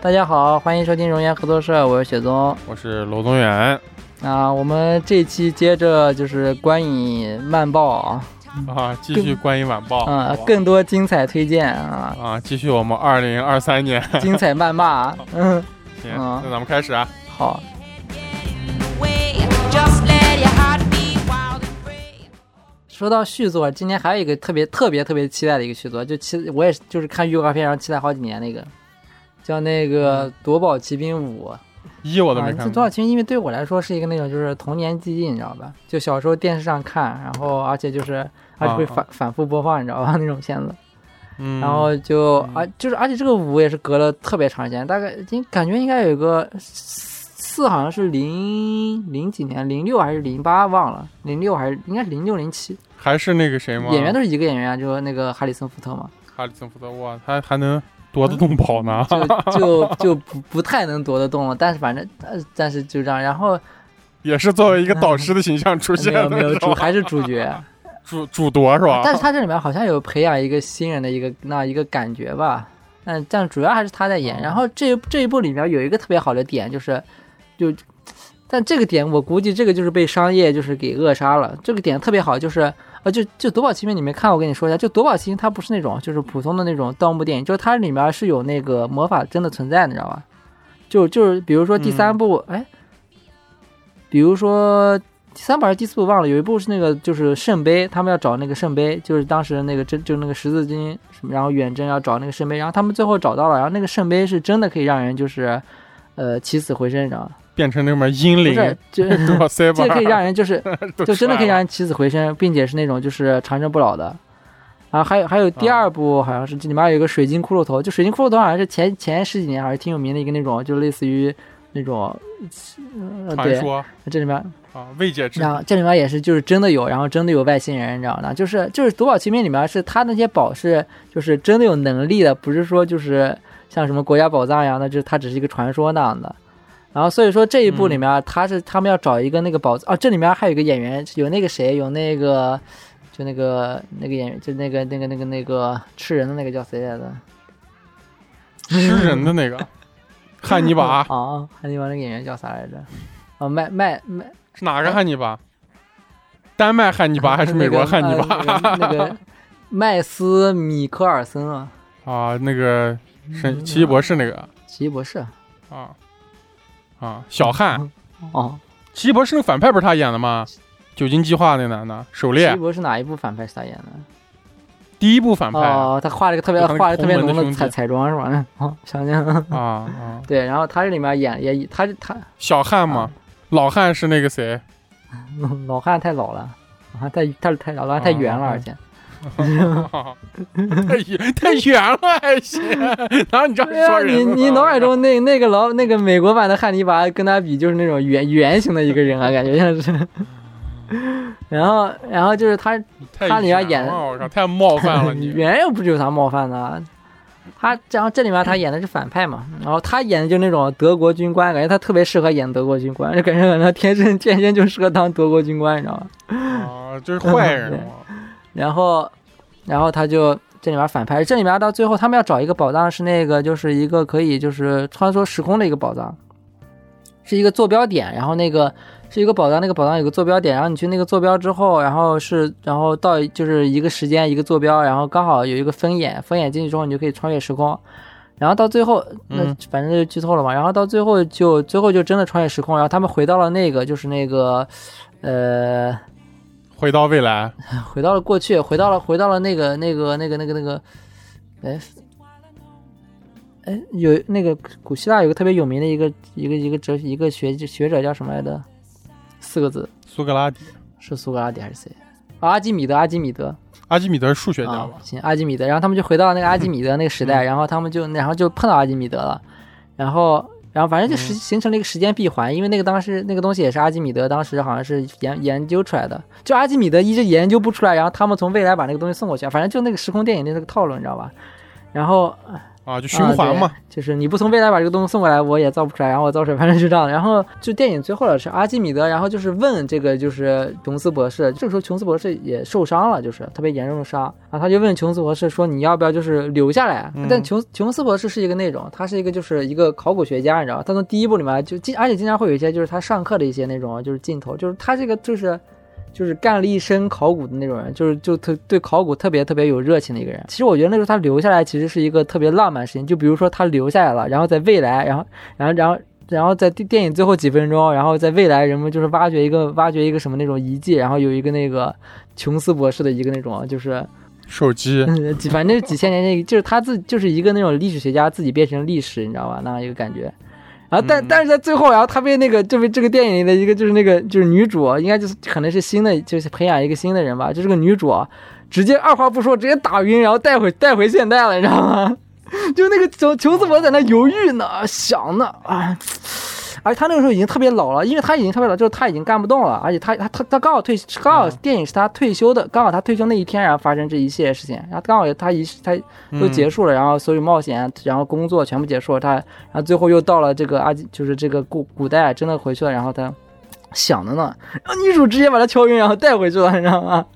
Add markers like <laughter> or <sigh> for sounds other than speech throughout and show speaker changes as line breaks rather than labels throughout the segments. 大家好，欢迎收听熔岩合作社，我是雪宗。
我是娄宗远
啊，我们这期接着就是观影漫报啊，
啊，继续观影晚报
啊，更多精彩推荐啊，
<laughs> 啊，继续我们二零二三年，
精彩谩骂，嗯，
行，
嗯
那咱们开始啊。
好，
Just let your heart be wild and free.
说到续作，今年还有一个特别特别特别期待的一个续作，就期我也是就是看预告片，然后期待好几年那个，叫那个《夺宝奇兵五》。
一我都
啊，
没
这
看
《多
过
少，奇兵》因为对我来说是一个那种就是童年记忆，你知道吧？就小时候电视上看，然后而且就是而且会
啊啊
反、反复播放，你知道吧？那种片子。
嗯，
然后就、啊，就是而且这个五也是隔了特别长时间，大概应感觉应该有个四，好像是零零几年，零六还是零八忘了，零六还是应该是零六零七，
还是那个谁吗？
演员都是一个演员啊，就是那个哈里森福特
<laughs>
嘛，
哈里森福特，哇，他还能夺得动宝呢，
就就就不不太能夺得动了，但是反正但但是就这样，然后
<laughs> 也是作为一个导师的形象出现
啊没有没
的，
有
是
主
吧？
还是主角。
主主夺是
啊
吧？
但是他这里面好像有培养一个新人的一个那一个感觉吧，嗯，但主要还是他在
哦
演。然后这这一部里面有一个特别好的点，就是就，但这个点我估计这个就是被商业就是给扼杀了。这个点特别好，就是呃，就就夺宝奇兵你没看，我跟你说一下，就夺宝奇兵它不是那种就是普通的那种盗墓电影，就是它里面是有那个魔法真的存在的，你知道吧？就就是比如说第三部，哎、比如说第三部还是第四部忘了，有一部是那个就是圣杯，他们要找那个圣杯，就是当时那个真就是那个十字军，然后远征要找那个圣杯，然后他们最后找到了，然后那个圣杯是真的可以让人就是，呃，起死回生，你知道吗？
变成那么阴
不
灵，
是，就
哇塞吧，
<laughs> 这可以让人就是
<laughs> 都
就真的可以
出来
让
了
人起死回生，并且是那种就是长生不老的。啊，还有还有第
嗯
二部好像是这里面有一个水晶骷髅头，就水晶骷髅头好像是前前十几年还是挺有名的一个那种，就类似于那种，呃，
传
对，
说
这里面
啊，未解之谜
然后这里面也是，就是真的有，然后真的有外星人，你知道吗？就是就是《夺宝奇兵》里面是他那些宝是就是真的有能力的，不是说就是像什么国家宝藏一样的，就是它只是一个传说那样的。然后所以说这一部里
嗯
面他是他们要找一个那个宝藏啊，这里面还有一个演员，有那个谁，有那个就那个那个演员，就那个那个那个那个吃人的那个叫谁来着？
吃人
<laughs>
的那个汉尼拔
啊，还有那个演员叫啥来着？啊，麦麦麦
是哪个汉尼拔？丹麦汉尼拔还是美国汉尼
<laughs>
拔？
那个呃那个那
<laughs>
个麦斯米科尔森啊，
啊，那个
嗯
是奇异博士那个
奇异博士
啊啊，小汉，
哦，
奇异博士那个反派不是他演的吗？酒精计划那男的，狩
奇异
猎
博士哪一部反派是他演的？
第一部反派啊
哦，他画了一个特别
就他们
画了特别浓
同门的
的
兄弟
彩彩妆是吧？ <laughs> 哦，想起来了，
啊啊，
对，然后他这里面演也他他
小汉
哦
嘛，老汉是那
<laughs>
个谁？
老汉太老了，老汉太太太老汉太圆了，
哦 <laughs>
而且
太远太远了还行，然后哎你这
对
样
啊，
说
你
人呢，
你脑海中那那个老那个美国版的汉尼拔跟他比，就是那种圆圆形的一个人啊，感觉像是。 <laughs> 然后，然后就是他
太
他里边
远
演的
了我靠，太冒
<laughs>
犯了你
原又不是有啥冒犯的啊。他然后这里面他演的是反派嘛，然后他演的就那种德国军官，感觉他特别适合演德国军官，就感觉可能天生天生就适合当德国军官，你知道吗？
啊，这是坏人
对
嘛
然后，然后他就这里面反派，这里面到最后他们要找一个宝藏，是那个就是一个可以就是穿梭时空的一个宝藏，是一个坐标点，然后那个是一个宝藏，那个宝藏有个坐标点，然后你去那个坐标之后，然后是然后到就是一个时间一个坐标，然后刚好有一个分眼，分眼进去之后你就可以穿越时空。然后到最后，那
嗯
反正就剧透了嘛。然后到最后就最后就真的穿越时空，然后他们回到了那个就是那个，呃，
回到未来，
回到了过去，回到了回到了那个那个那个那个那个，哎，哎，有那个古希腊有个特别有名的一个一个一个哲一个学学者叫什么来着？四个字
苏格拉底、
是苏格拉底还是谁？啊阿基米德，阿基米德
阿基米德是数学家
啊
吧，？
行，阿基米德。然后他们就回到那个阿基米德那个时代，然后他们就然后就碰到阿基米德了，然后然后反正就时形成了一个时间闭环，因为那个当时那个东西也是阿基米德当时好像是研研究出来的，就阿基米德一直研究不出来，然后他们从未来把那个东西送过去，反正就那个时空电影的那个套路，你知道吧？然后
啊，就循环嘛
啊。对就是你不从未来把这个东西送过来，我也造不出来，然后我造出来，反正就这样。然后就电影最后了，是阿基米德，然后就是问这个就是琼斯博士，这个时候琼斯博士也受伤了，就是特别严重的伤，然后他就问琼斯博士说你要不要就是留下来？
嗯
但琼琼斯博士是一个那种，他是一个就是一个考古学家，你知道吗，他从第一部里面就经，而且经常会有一些就是他上课的一些那种就是镜头，就是他这个就是。就是干了一身考古的那种人，就是就特对考古特别特别有热情的一个人。其实我觉得那时候他留下来其实是一个特别浪漫的事情，就比如说他留下来了，然后在未来，然后然后然后然后在电电影最后几分钟，然后在未来人们就是挖掘一个挖掘一个什么那种遗迹，然后有一个那个琼斯博士的一个那种就是
手机，
嗯 <laughs> 几反正是几千年那个，就是他自就是一个那种历史学家自己变成历史，你知道吧？那样一个感觉。然后但
嗯
但是在最后，然后他被那个就被这个电影里的一个就是那个就是女主，应该就是可能是新的，就是培养一个新的人吧，就是个女主，直接二话不说直接打晕，然后带回带回现代了，你知道吗？ <laughs> 就那个琼琼斯伯在那犹豫呢，想呢啊。而且他那个时候已经特别老了，因为他已经特别老，就是他已经干不动了，而且他他他他刚好退，刚好电影是他退休的，刚好他退休那一天，然后发生这一系列事情，然后刚好他一他嗯都结
束，
束了，然后所有冒险，啊然后工作全部结束了，他，然后最后又到了这个阿基，就是这个古古代，啊真的回去了，然后他想着呢，然后女主直接把他敲晕，然后带回去了，你知道吗？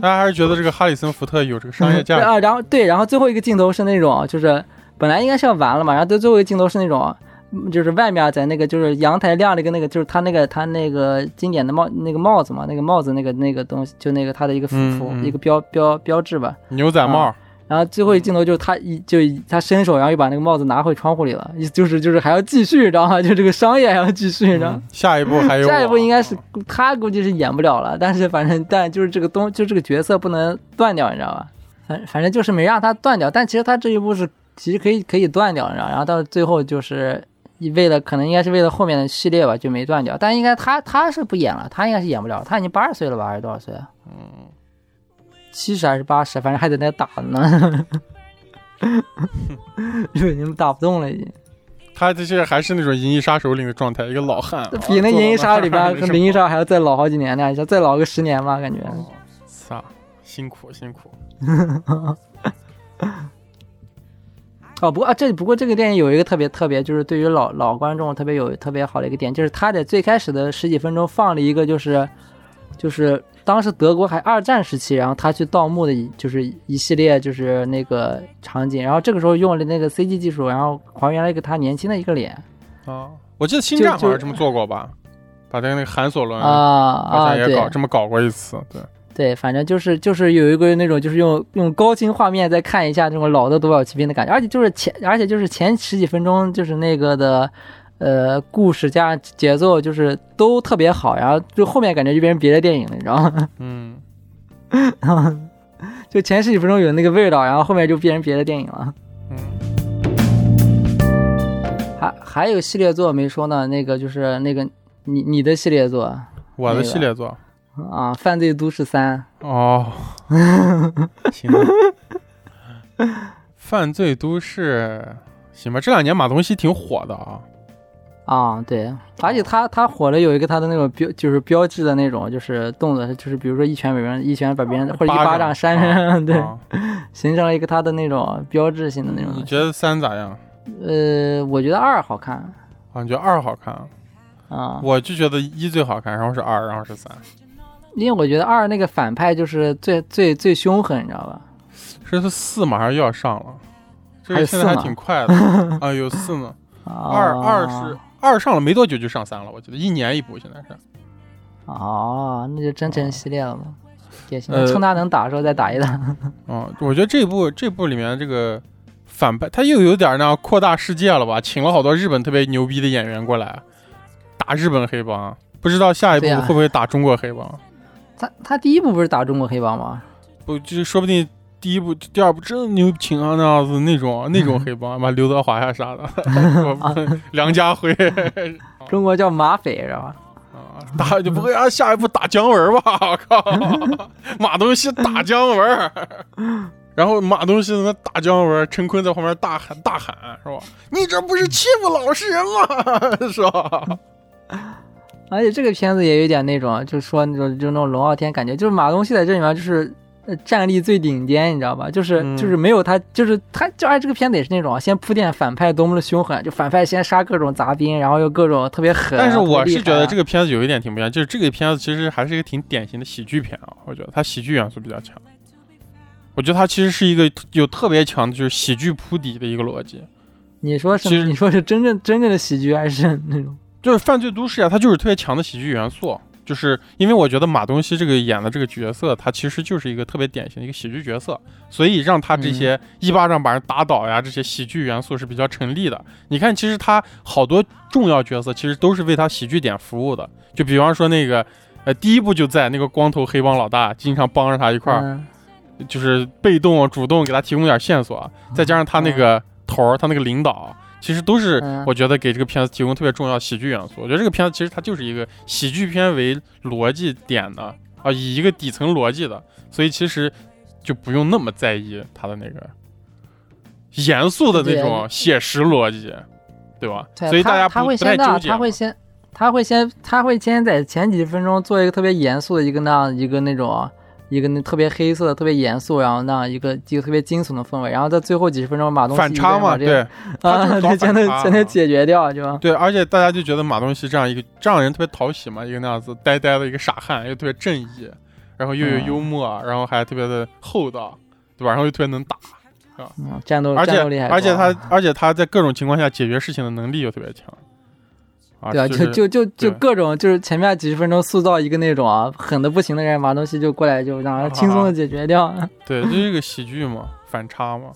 大家还是觉得这个哈里森福特有这个商业价
对
值。
啊，然后对，然后最后一个镜头是那种，就是本来应该是要完了嘛，然后最最后一个镜头是那种，嗯就是外面在那个就是阳台晾了一个那个，就是他那个他那个经典的帽那个帽子嘛，那个帽子那个那个东西，就那个他的一个服
嗯
服、
嗯
一个标标标志吧，
牛仔
啊
帽，
然后最后一镜头就是他一就一他伸手，然后又把那个帽子拿回窗户里了，意思就是就是还要继续，你知道吗？ <laughs> 就这个商业还要继续，你知道吗
嗯？下
<laughs>
一步还有我
下一步应该是他估计是演不了了，但是反正但就是这个东就这个角色不能断掉，你知道吧？反反正就是没让他断掉，但其实他这一步是其实可以可以断掉，你知道？然后到最后就是为了可能应该是为了后面的系列吧，就没断掉。但应该他他是不演了，他应该是演不了，他已经八十岁了吧，还是多少岁啊？嗯，七十还是八十，反正还在那打呢，就已经打不动了，已经。
他这些还是那种《银翼杀手》里的状态，一个老汉。啊
<laughs> 比那《银翼杀手》里边
边
跟《银翼杀手》还要再老好几年呢，要再老个十年吧，感觉。
哦操，辛苦辛苦。
哦，不过啊，这不过这个电影有一个特别特别，就是对于老老观众特别有特别好的一个点，就是他在最开始的十几分钟放了一个，就是就是当时德国还二战时期，然后他去盗墓的一，就是一系列就是那个场景，然后这个时候用了那个 CG 技术，然后还原了一个他年轻的一个脸
啊，我记得星战
就
好像这么做过吧，把他那个韩索伦
啊啊
嗯好，像也
对
搞、这么搞过一次，对，
对，反正就是就是有一个那种就是用用高清画面再看一下这种老的独角奇兵的感觉，而且就是前而且就是前十几分钟就是那个的，呃，故事加节奏就是都特别好，然后就后面感觉就变成别的电影了，你知道吗？ <laughs>
嗯，
就前十几分钟有那个味道，然后后面就变成别的电影了。
嗯，
还还有系列作没说呢，那个就是那个你你的系列作
我
那个
的系列作，
啊，《犯罪都市三》 <laughs>
哦，行吧，犯罪都市，行吧，这两年马东锡挺火的啊，
啊，对，而
哦
且他他火了有一个他的那种标，就是标志的那种，就是动作，就是比如说一拳把别人一拳把别人或者一
哦巴
巴
掌
掌扇上， <laughs> 对，
啊
形成了一个他的那种标志性的那种
你
东西。
觉得三咋样？
呃，我觉得二好看
啊，你觉得二好看？
啊，
我就觉得一最好看，然后是二，然后是三，
因为我觉得二那个反派就是最最最凶狠，你知道吧？
这是四马上又要上了，这
还有
个现在
四
还
吗
挺快的啊，有四呢。
<laughs> 啊
二二是二上了没多久就上三了，我觉得一年一部现在是。
哦，那就真成系列了嘛，也行
呃，
趁他能打的时候再打一打。
嗯，我觉得这部这部里面这个反派他又有点那样扩大世界了吧，请了好多日本特别牛逼的演员过来打日本黑帮，不知道下一步
对啊
会不会打中国黑帮？
他他第一部不是打中国黑帮吗？
不，就是说不定第一部、第二部真牛请啊那样子那种那种黑帮，把刘德华呀啥的， <laughs> 我梁家辉
中国叫马匪，知道吧？
啊，打就不会啊，下一步打姜文吧？我靠，马东锡打姜文， <laughs> 然后马东锡在那打姜文，陈坤在旁边大喊大喊，是吧？你这不是欺负老实人吗？是吧？
啊而且这个片子也有点那种，就是说那种就那种龙傲天感觉，就是马东锡在这里面就是呃战力最顶尖，你知道吧？就是
嗯
就是没有他，就是他就哎按这个片子也是那种先铺垫反派多么的凶狠，就反派先杀各种杂兵，然后又各种特别狠啊。
但是我是觉得这
个
个片子有一点挺不一样，就是这个片子其实还是一个挺典型的喜剧片啊，我觉得它喜剧元素比较强。我觉得它其实是一个有特别强的就是喜剧铺底的一个逻辑，
你说是
其实
你说是真正真正的喜剧还是那种
就是《犯罪都市》啊，它就是特别强的喜剧元素。就是因为我觉得马东锡这个演的这个角色，他其实就是一个特别典型的一个喜剧角色，所以让他这些一巴掌把人打倒呀，这些喜剧元素是比较成立的。你看，其实他好多重要角色其实都是为他喜剧点服务的，就比方说那个。呃，第一部就在那个光头黑帮老大经常帮着他一块儿，
嗯
就是被动啊主动给他提供点线索，啊
嗯
再加上他那个头儿，他那个领导，其实都是
嗯
我觉得给这个片子提供特别重要喜剧元素。我觉得这个片子其实它就是一个喜剧片为逻辑点的啊，以一个底层逻辑的，所以其实就不用那么在意它的那个严肃的那种写实逻辑，对吧？
对
所以大家
他他
不
会
不
先
太
到，
纠结
他
嘛。
会先，他会先，他会先在前几分钟做一个特别严肃的一个那样一个那种一个那特别黑色的特别严肃，然后那样一个一个特别惊悚的氛围，然后在最后几十分钟把东西
反差嘛，
一个人
对
把
他就是
这个
搞
啊，全都
反差
全
嘛
都解决掉，就吧？
对，而且大家就觉得马东锡这样一个这样人特别讨喜嘛，一个那样子呆呆的一个傻汉，又特别正义，然后又有
嗯
幽默，啊然后还特别的厚道，对吧？然后又特别能打，
嗯，战斗
而且
战斗力还
而且
高啊
他而且他在各种情况下解决事情的能力又特别强，啊，
对啊，
就是
就就就就
对
各种就是前面几十分钟塑造一个那种啊狠的不行的人，把东西就过来就让他轻松的解决掉。 <laughs>
对，这是一个喜剧嘛，反差嘛。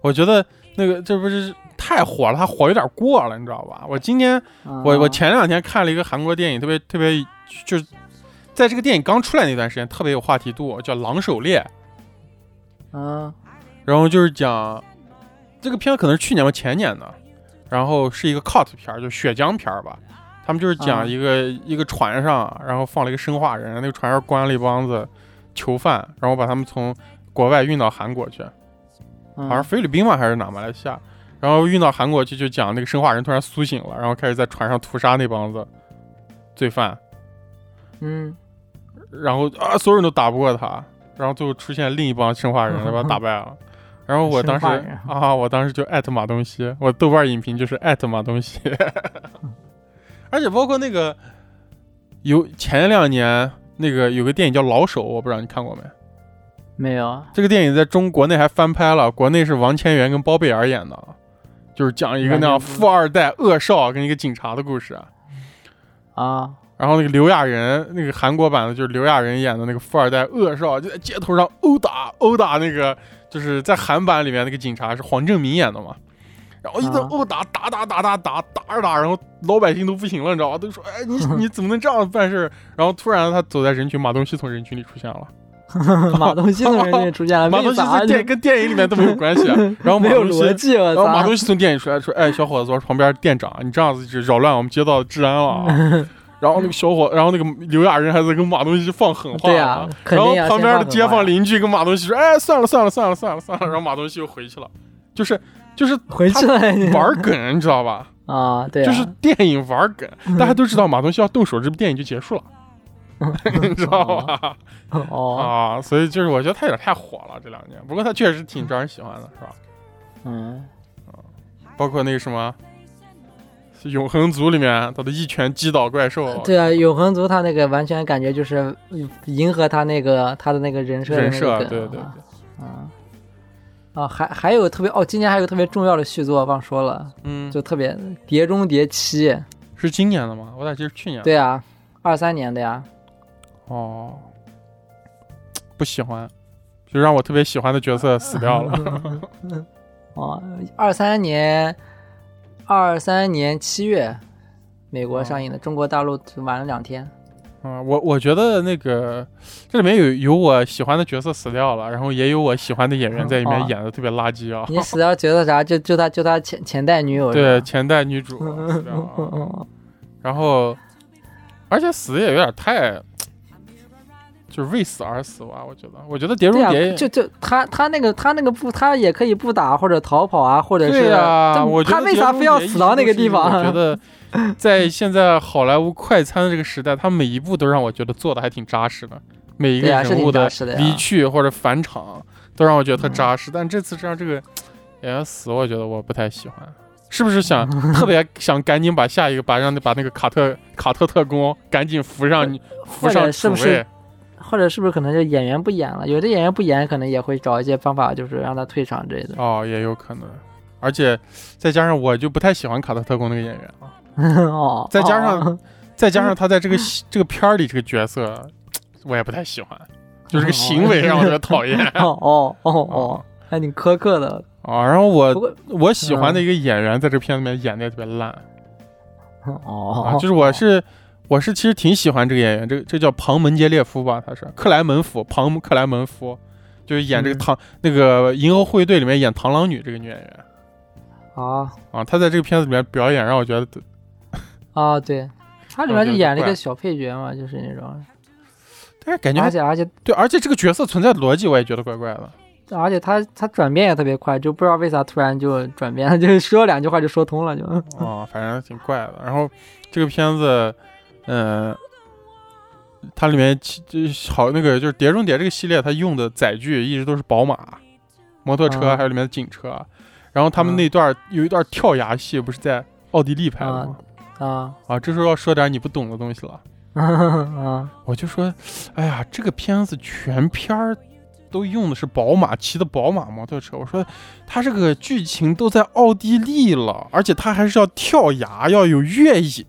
我觉得那个这不是太火了，他火有点过了，你知道吧？我今天我我
啊
前两天看了一个韩国电影，特别特别就是在这个电影刚出来那段时间特别有话题度，叫《狼狩猎》。
嗯
然后就是讲这个片子可能是去年吧前年的，然后是一个 cut 片儿，就血浆片儿吧。他们就是讲
嗯
一个、一个船上，然后放了一个生化人，那个船上关了一帮子囚犯，然后把他们从国外运到韩国去，好像
嗯
是菲律宾吧还是哪马来西亚，然后运到韩国去就讲那个生化人突然苏醒了，然后开始在船上屠杀那帮子罪犯，
嗯
然后啊所有人都打不过他，然后最后出现另一帮生
<laughs>
化人把他打败了。然后我当时
生化人
啊，我当时就艾特马东锡，我豆瓣影评就是艾特马东锡， <laughs> 而且包括那个有前两年那个有个电影叫《老手》，我不知道你看过没？
没有，
这个电影在中国内还翻拍了，国内是王千源跟包贝尔演的，就是讲一个那样
完全不知
富二代恶少跟一个警察的故事。
啊，
然后那个刘亚仁，那个韩国版的，就是刘亚仁演的那个富二代恶少，就在街头上殴打殴打那个，就是在韩版里面那个警察是黄正民演的嘛。然后一顿
啊
殴打，打打打打打打着打，然后老百姓都不行了，你知道吧？都说：“哎，你你怎么能这样办事儿？”然后突然他走在人群，马东锡从人群里出现了。 <laughs>
马东锡的人也出现了，
马东锡
为啥
从电跟电影里面都没有关系。然后
没
马
有
东锡
逻辑，我
然后马
操！
东锡从店里出来说：“哎，小伙子，我是旁边店长，你这样子就扰乱我们街道的治安
<laughs>
了。”啊。
嗯
然后那个小伙，然后那个刘亚仁还在跟马东锡放狠话。啊
对呀、肯
然后
定啊要
旁边的街坊
邻
邻居跟马东锡说：“哎，算了算了算了算了算了。”然后马东锡又回去了，就是就是
回去了
玩梗，你知道吧？
<laughs> 啊， <laughs> 对啊，
就是电影玩
<laughs>
梗，大家都知道马东锡要动手，这部电影就结束了，你知道吧？
哦，
啊，所以就是我觉得他有点太火了这两年，不过他确实挺招人喜欢的，是吧？
嗯，
包括那个什么《永恒族》里面，他的一拳击倒怪兽，
对啊，永恒族他那个完全感觉就是迎合他那个他的那个人设的
人
那
设
个，梗
对对对
啊，嗯啊，还还有特别哦，今年还有个特别重要的续作忘说了，
嗯，
就特别《碟中谍七》，
是今年的吗？我咋记得是去年？，
对啊，二三年的呀，
哦，不喜欢，就让我特别喜欢的角
啊
色死掉了。
<laughs> 哦，二三年，二三年七月，美
哦
国上映的，中国大陆晚了两
<laughs>
天。
啊，我我觉得那个这里面有有我喜欢的角色死掉了，然后也有我喜欢的演员在里面
哦
演的特别垃圾啊。
你死要觉得啥？就就他就他前前代女友
对，
是吧，
前
<laughs>
代女主死掉
嗯嗯
了，
嗯
然后而且死的也有点太，就是为死而死吧，我觉得。我觉得《碟中
对
谍》
啊，就就他他那个他那个不，他也可以不打或者逃跑啊，或者
对
是
呀、
这
我觉得
他为啥非要死到那个地
我觉
方？啊
得在现在好莱坞快餐的这个时代，他每一步都让我觉得做的还挺扎实的。每一个
对啊
人物
是挺扎实的呀嗯
离去或者返场，都让我觉得特扎实。但这次这样这个演员死，我觉得我不太喜欢。是不
<laughs>
是想特别想赶紧把下一个把让把那个卡特卡特特工赶紧扶上你
<laughs>
扶
或者
上
是
主
不
位？
是或者是不是可能就演员不演了？有的演员不演，可能也会找一些方法，就是让他退场之类的。 <laughs>
哦，也有可能。而且再加上我就不太喜欢卡特特工那个演员啊，
哦，
再加上
哦
再加上他在这个戏这个片儿里这个角色，我也不太喜欢，就这个行为让我觉得讨 <laughs> 厌。
哦哦哦哦，还挺苛刻的。
啊，然
<laughs>
后
不
我
过
我喜欢
嗯
的一个演员在这片里面演的也特别烂啊，
哦，
就是我是我是其实挺喜欢这个演员，这个这叫庞门捷列夫吧，他是克莱门夫，庞克莱门夫，就是演这个
嗯
螳那个银河护卫队里面演螳螂女这个女演员
啊
啊，她在这个片子里面表演让我觉得
啊，对，他里面就演了一个小配角嘛，就是那种，
但哦是感觉
而
还
且而且
对，而且这个角色存在的逻辑我也觉得怪怪的。
而且他他转变也特别快，就不知道为啥突然就转变了， <laughs> 就是说两句话就说通了，就
啊、反正挺怪的。然后这个片子，嗯、它里面其就是好那个就是《碟中谍》这个系列，它用的载具一直都是宝马、摩托车，
啊
还有里面的警车。然后他们
啊
那段、有一段跳崖戏，不是在奥地利拍的
啊
吗？
啊 <laughs>
啊，这时候要说点你不懂的东西了。
啊
我就说，哎呀，这个片子全片儿都用的是宝马，骑的宝马摩托车。我说，它这个剧情都在奥地利了，而且它还是要跳崖，要有越野。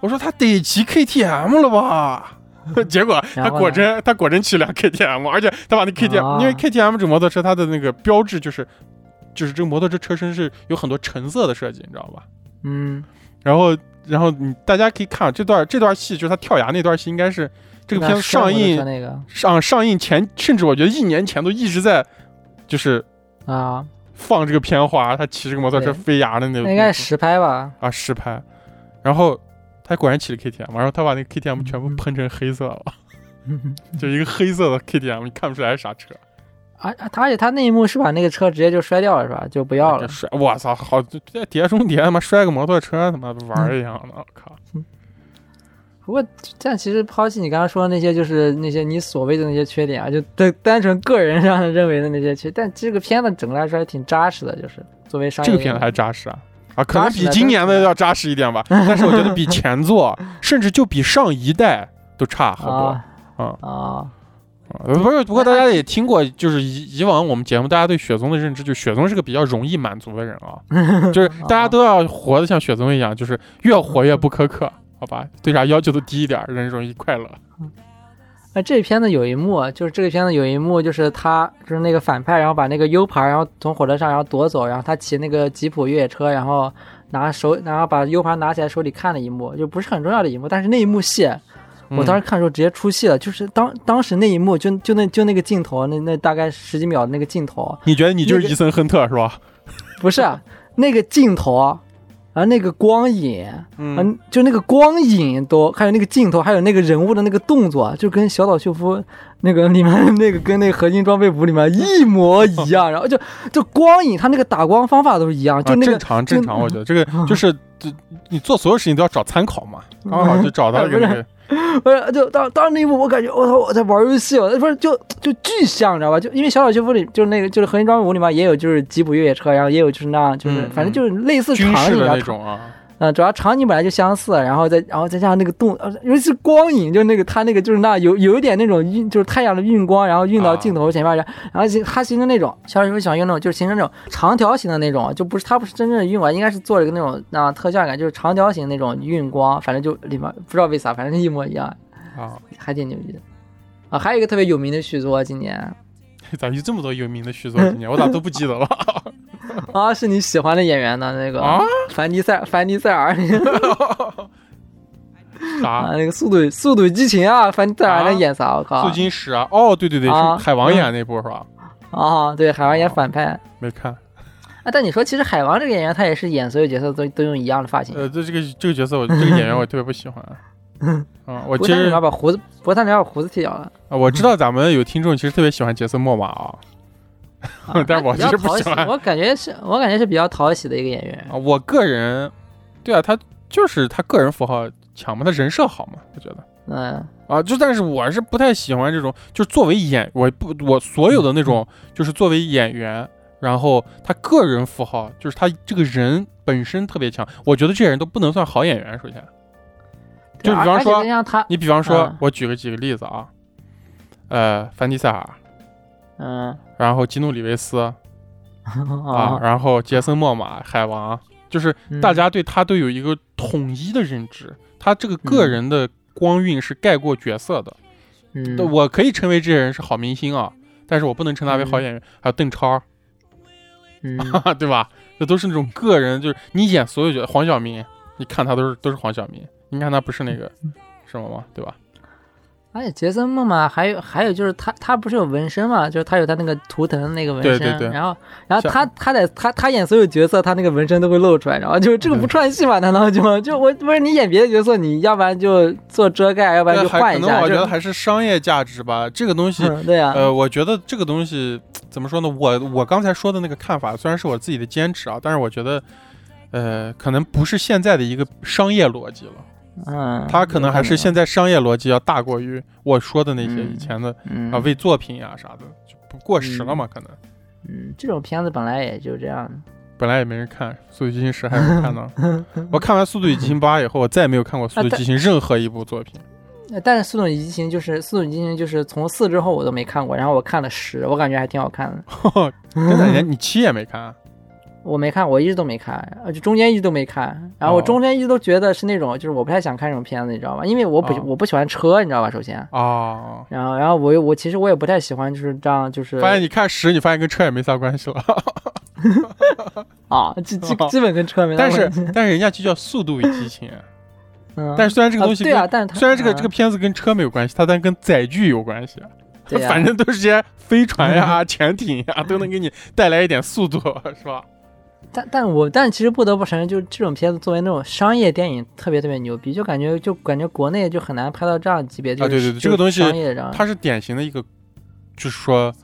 我说他得骑 KTM 了吧？ <laughs> 结果
然
他
后呢
果真，他果真骑辆 KTM，而且他把那 KTM，、
啊
因为 KTM 这摩托车它的那个标志就是，就是这个摩托车车身是有很多橙色的设计，你知道吧？
嗯，
然后，然后你大家可以看啊这段这段戏，就是他跳崖那段戏，应该是这个片子上映
那个
上上映前，甚至我觉得一年前都一直在就是
啊，
放这个片花，他骑这个摩托车
对
飞崖的那
那应该是实拍吧？
啊实拍，然后他果然骑了 KTM，然后他把那个 KTM 全部
嗯
喷成黑色了， <laughs> 就一个黑色的 KTM，你看不出来是啥车，
<laughs> 而而而且他那一幕是把那个车直接就摔掉了是吧？就不要
就
了。
摔，我操，好就在碟中谍他妈摔个摩托车他妈玩儿一样的，我靠，
不过这样其实抛弃你刚刚说的那些，就是那些你所谓的那些缺点啊，就单单纯个人上认为的那些缺，但这个片子整个来说还挺扎实的，就是作为商业
这个片子还
片
扎实啊。啊，可能
扎实
比
的
今
真
年
实
的
的
要扎实一点吧，但是我觉得比前作，甚至就比上一代都差好多。
啊
嗯
啊
啊，不是，不过大家也听过，就是以以往我们节目大家对雪宗的认知，就雪宗是个比较容易满足的人
<laughs>
啊，就是大家都要活得像雪宗一样，就是越活越不苛刻，好吧？对啥要求都低一点，人容易快乐。
那这片子有一幕啊，就是这个片子有一幕，就是他就是那个反派，然后把那个 U 盘，然后从火车上然后夺走，然后他骑那个吉普越野车，然后拿手，然后把 U 盘拿起来手里看了一幕，就不是很重要的一幕，但是那一幕戏，我当时
时
看的时候直接出戏了，就是当当时那一幕就就那就那个镜头，那那大概十几秒的那个镜头，
你觉得你就
那
是
个啊
伊森亨特是吧？
不是啊
<laughs>
那个镜头，啊那个光影，
嗯，
嗯，就那个光影都，还有那个镜头，还有那个人物的那个动作，就跟小岛秀夫那个里面 <laughs> 那个跟那个合金装备服里面一模一样。然后就就光影，他那个打光方法都是一样，就
啊
那个、
正常正常，我觉得
<laughs>
这个就是这你做所有事情都要找参考嘛，
嗯
刚好
<laughs>
就找到一个那个
不是，就当当时那一幕，我感觉我操，我在玩游戏，我不是就就巨像，你知道吧？就因为小岛秀夫里就是那个就是合金装备服里面也有就是吉普越野车，然后也有就是那样，就是、
嗯
反正就是类似
军
场
事
景
的
啊
那，种啊。
嗯，主要场景本来就相似，然后再然后再加上那个动，呃尤其是光影，就那个它那个就是那有有一点那种晕，就是太阳的晕光，然后晕到镜头前面，然后然后形它形成那种，肖师傅想用那种就是形成那种长条形的那种，就不是它不是真正的晕光，应该是做了一个那种啊特效感，就是长条形那种晕光，反正就里面不知道为啥，反正一模一样，
啊，
还挺牛逼的。啊，还有一个特别有名的续作，今年
咋有这么多有名的续作今年？我咋都不记得了
啊，是你喜欢的演员呢，那个、
啊？
凡迪塞凡迪塞尔
啥
啊，？那个速度速度与激情啊，凡迪塞尔
啊
在演啥？我靠，
素金石啊，哦，对对对，
啊
是海王演那部是吧？
啊，对，海王
哦
演反派。
没看，
啊，但你说其实海王这个演员，他也是演所有角色都都用一样的发型。
呃，这这个这个角色我这个演员我特别不喜欢。
<laughs>
啊，我
嗯不过
其
他里
实
面把胡子，不过他里面把胡子剃掉了。
啊我知道咱们有听众其实特别喜欢杰森莫玛啊，
啊
<laughs> 但是我
比较
其实不
讨
喜欢
我感觉是我感觉是比较讨喜的一个演员。
啊我个人，对啊，他就是他个人符号强嘛，他人设好嘛，我觉得
嗯
啊，就但是我是不太喜欢这种，就是作为演我不我所有的那
嗯
种，就是作为演员，然后他个人符号，就是他这个人本身特别强，我觉得这些人都不能算好演员。首先，就
对
比
而
方
而且
说
就像他，
你比方说
嗯，
我举个几个例子啊，呃，凡迪塞尔，
嗯
然后基努里维斯啊，
啊，
然后杰森·莫玛、海王，就是
<laughs> 嗯
大家对他都有一个统一的认知，他这个个
嗯
人的光晕是盖过角色的。
嗯
对，我可以称为这些人是好明星啊，但是我不能称他为好
嗯
演员。还有邓超， <laughs>
嗯
对吧？这都是那种个人，就是你演所有角，黄晓明，你看他都是都是黄晓明，你看他不是那个
嗯
什么吗？对吧？
而且哎杰森·莫玛还有还有就是他他不是有纹身嘛，就是他有他那个图腾的那个纹
对
身，
对对
然后然后
像
他他在他他演所有角色，他那个纹身都会露出来，然后就是这个
嗯
不串戏嘛？难道就就我不是你演别的角色，你要不然就做遮盖，要不然
但
就
呃还
换
可
一
能
下，
我
就
觉得还是商业价值吧，这个东西。
嗯对啊，
呃，我觉得这个东西怎么说呢？我我刚才说的那个看法，虽然是我自己的坚持啊，但是我觉得，呃，可能不是现在的一个商业逻辑了，
嗯，
它可能还是现在商业逻辑要大过于我说的那些
嗯
以前的
嗯
啊，为作品呀、啥的，就不过时了嘛，可能
嗯，这种片子本来也就这样，
本来也没人看《速度与激情十》，还有人
<laughs>
看呢。我看完《速度与激情八》以后，我再也没有看过《
啊
速度与激情》任何一部作品。
呃但是《速度与激情》就是《速度与激情》就是从四之后我都没看过，然后我看了十，我感觉还挺好看的，
<laughs> 真的，连你七也没
<laughs>
看啊，
我没看，我一直都没看，呃就中间一直都没看。然后我
哦
中间一直都觉得是那种，就是我不太想看这种片子，你知道吧？因为我不、
哦
我不喜欢车，你知道吧？首先，
哦
然后然后我又我其实我也不太喜欢就是这样，就是
发现你看十，你发现跟车也没啥关系了。
啊，基基
哦
基本跟车没大
但
关
是
系。
但是人家就叫《速度与激情》，
<laughs> 嗯，
但是虽然这个东西
啊对
跟、
啊，但是它
虽然这个、
嗯
这个片子跟车没有关系，它但跟载具有关系。
对啊
反正都是些飞船
<laughs>
呀、潜艇呀，都能给你带来一点速度，是吧？
但但我但其实不得不承认，就这种片子作为那种商业电影，特别特别牛逼，就感觉就感觉国内就很难拍到这样级别，就是、
啊对对对
就是
这个东西
商业这样。
它是典型的一个，就是说，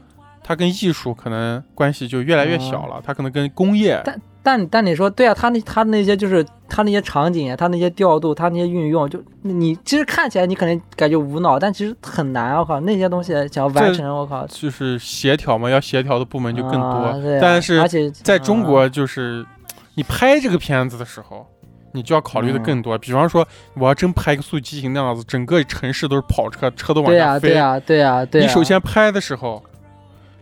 它跟艺术可能关系就越来越小了，它可能跟工业，
哦但但但你说对啊，他那他那些就是他那些场景啊，他那些调度，他那些运用，就你其实看起来你可能感觉无脑，但其实很难。我靠，那些东西想要完成，我靠，
就是协调嘛，要协调的部门就更多。
啊对啊
但
而
是
且嗯
在中国，就是、你拍这个片子的时候。你就要考虑的更
嗯
多，比方说，我要真拍一个《速度与激情》那样子，整个城市都是跑车，车都往
嗯对
下
呀
飞。
对呀对呀对啊，
你首先拍的时候，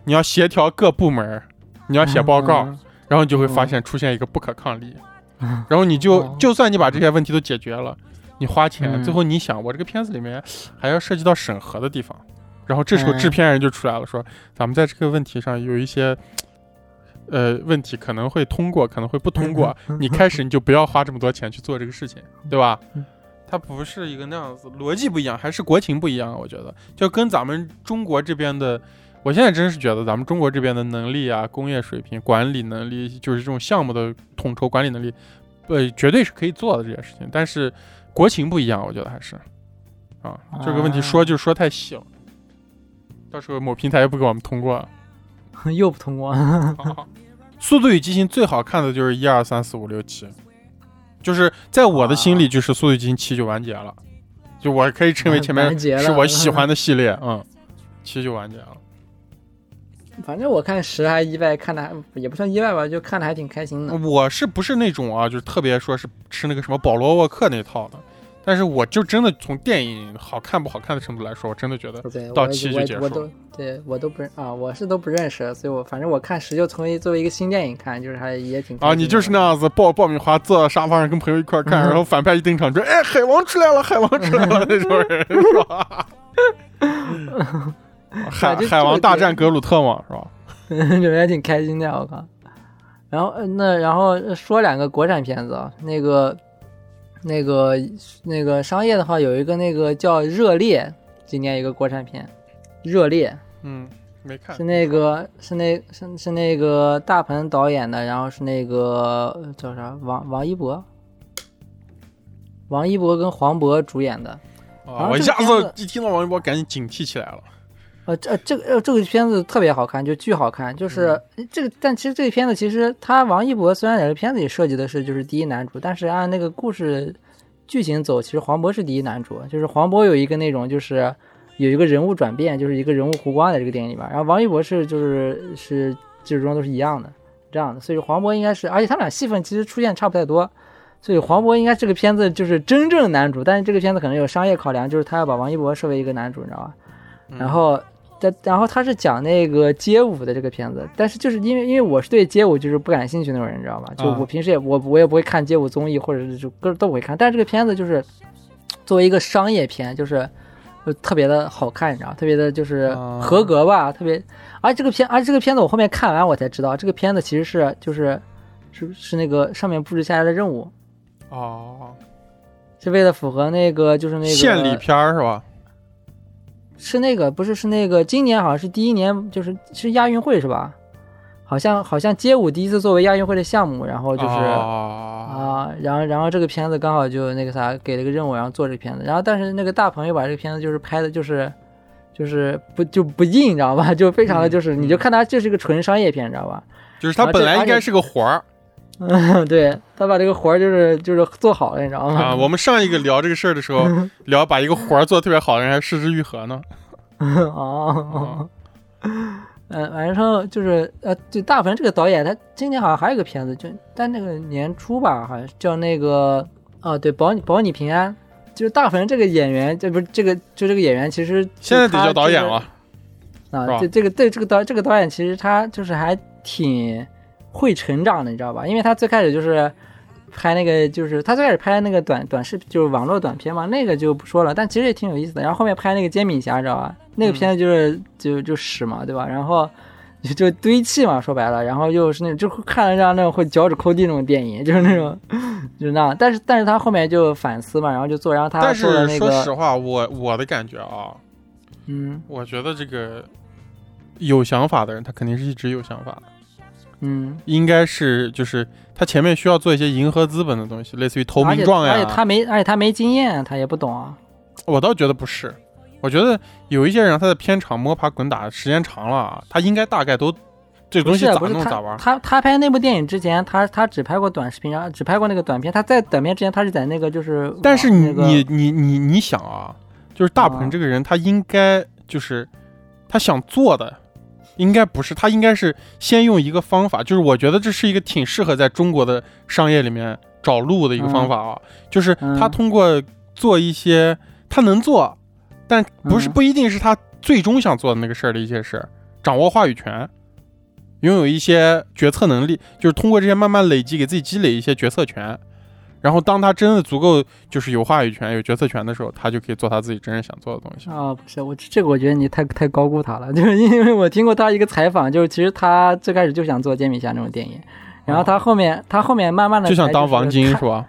你要协调各部门，你要写报告，
嗯
然后你就会发现出现一个不可抗力，
嗯
然后你就
哦
就算你把这些问题都解决了，你花钱，
嗯
最后你想我这个片子里面还要涉及到审核的地方，然后这时
嗯
候制片人就出来了，说咱们在这个问题上有一些。呃，问题可能会通过，可能会不通
嗯
过。你开始你就不要花这么多钱去做这个事情，对吧
嗯？
它不是一个那样子，逻辑不一样，还是国情不一样。我觉得就跟咱们中国这边的我现在真是觉得咱们中国这边的能力啊、工业水平、管理能力，就是这种项目的统筹管理能力，呃，绝对是可以做的这些事情。但是国情不一样，我觉得还是啊，这个问题
啊
说就说太细了，到时候某平台又不给我们通过。
又不通过，
《速度与激情》最好看的就是一二三四五六七，就是在我的心里，就是《速度与激情七》就完结了，就我可以称为前面
啊完结了
是我喜欢的系列，嗯，七就完结了。
嗯反正我看十还意外，看的还也不算意外吧，就看的还挺开心的。
我是不是那种啊，就是特别说是吃那个什么保罗沃克那套的？但是我就真的从电影好看不好看的程度来说，我真的觉得
对，我
到七就
我
结束
我都对我都不认啊，我是都不认识，所以我反正我看十就成为作为一个新电影看，就是还也挺开
啊，
心
你
的嗯
就是那样子爆爆米花坐到沙发上跟朋友一块儿看，然后反派一登场说：“哎，海王出来了，海王出来了！”那种人是吧？
<laughs>
海
就
海王
就
大
觉得
战格鲁特嘛，是吧？
<laughs> 就还挺开心的，我靠。然后呃那然后呃说两个国产片子啊，那个那个那个商业的话，有一个那个叫《热烈》，今年一个国产片，《热烈
嗯，没》看
是那个是那是是那个大鹏导演的，然后是那个呃叫啥王王一博，王一博跟黄渤主演的。
啊！
啊
我一
这
下
个片
子
子
一听到王一博，赶紧警惕起来了。
呃，这呃这个呃这个片子特别好看，就巨好看，就是、这个。但其实这个片子其实他王一博虽然在这片子里设计的是就是第一男主，但是按那个故事剧情走，其实黄渤是第一男主，就是黄渤有一个那种就是有一个人物转变，就是一个人物弧光在这个电影里边。然后王一博是就是是最终都是一样的这样的，所以黄渤应该是，而且他们俩戏份其实出现差不太多，所以黄渤应该这个片子就是真正男主，但是这个片子可能有商业考量，就是他要把王一博设为一个男主，你知道吧？然后但然后他是讲那个街舞的这个片子，但是就是因为因为我是对街舞就是不感兴趣那种人，你知道吧？就
啊
我平时也我我也不会看街舞综艺，或者是就歌都不会看，但是这个片子就是作为一个商业片，就是。就特别的好看，你知道，特别的就是
啊
合格吧，特别。而这个片，啊而这个片子我后面看完我才知道，这个片子其实是就是是是那个上面布置下来的任务，
哦，
是为了符合那个就是那啊个
献礼片儿是吧？
是那个不是是那个，今年好像是第一年，就是是亚运会是吧？好像好像街舞第一次作为亚运会的项目，然后就是啊、
哦
然后然后这个片子刚好就那个啥给了个任务，然后做这个片子，然后但是那个大鹏又把这个片子就是拍的就是就是不就不硬，你知道吧？就非常的就是、你就看它就是一个纯商业片，你知道吧？
就是他
啊
本
这
来
而
应该
且
是个活儿
嗯，对他把这个活儿就是就是做好了，你知道吗？
<laughs> 啊。我们上一个聊这个事儿的
<laughs>
时候，聊把一个活儿做得特别好的人还失之愈合呢。啊
哦，嗯，反正就是呃，对，大鹏这个导演，他今年好像还有一个片子，就但那个年初吧，好像叫那个哦，对，保你保你平安。就是大鹏这个演员，这不是这个就这个演员，其实
现在得
他
叫导
这
演
个
了。是吧
啊，这这个对这个导这个导演其实他就是还挺会成长的，你知道吧？因为他最开始就是拍那个，就是他最开始拍那个短短视频，就是网络短片嘛，那个就不说了，但其实也挺有意思的。然后后面拍那个煎饼侠，知道吧？
嗯
那个片子就是、就就屎嘛，对吧？然后。 <laughs> 就就堆砌嘛，说白了，然后又是那种就会看着像那种会脚趾抠地那种电影，就是那种，就是那样。但是但是他后面就反思嘛，然后就做，然后他
但
做了
是
那
说实
个，
话，我我的感觉啊，
嗯
我觉得这个有想法的人，他肯定是一直有想法的，
嗯，
应该是就是他前面需要做一些迎合资本的东西，类似于投
而且
名状呀。
而且他没，而且他没经验，他也不懂啊。
我倒觉得不是，我觉得有一些人他在片场摸爬滚打时间长了啊，他应该大概都这
不
东西
是啊
咋
不是
弄
他
咋玩。
他他拍那部电影之前，他他只拍过短视频，然后只拍过那个短片。他在短片之前，他是在那个就是网，
但是你、
那个
你你你你想啊，就是大鹏
啊
这个人，他应该就是他想做的，应该不是他应该是先用一个方法，就是我觉得这是一个挺适合在中国的商业里面找路的一个方法啊，就是他
嗯
通过做一些他能做，但不是
嗯
不一定是他最终想做的那个事儿的一些事儿，掌握话语权。拥有一些决策能力，就是通过这些慢慢累积，给自己积累一些决策权。然后，当他真的足够就是有话语权、有决策权的时候，他就可以做他自己真正想做的东西。
啊、不是我这个，我觉得你太太高估他了， <laughs> 就是因为我听过他一个采访，就是其实他最开始就想做《煎饼侠》那种电影，然后
哦
他后面他后面慢慢的
就想当王晶是吧？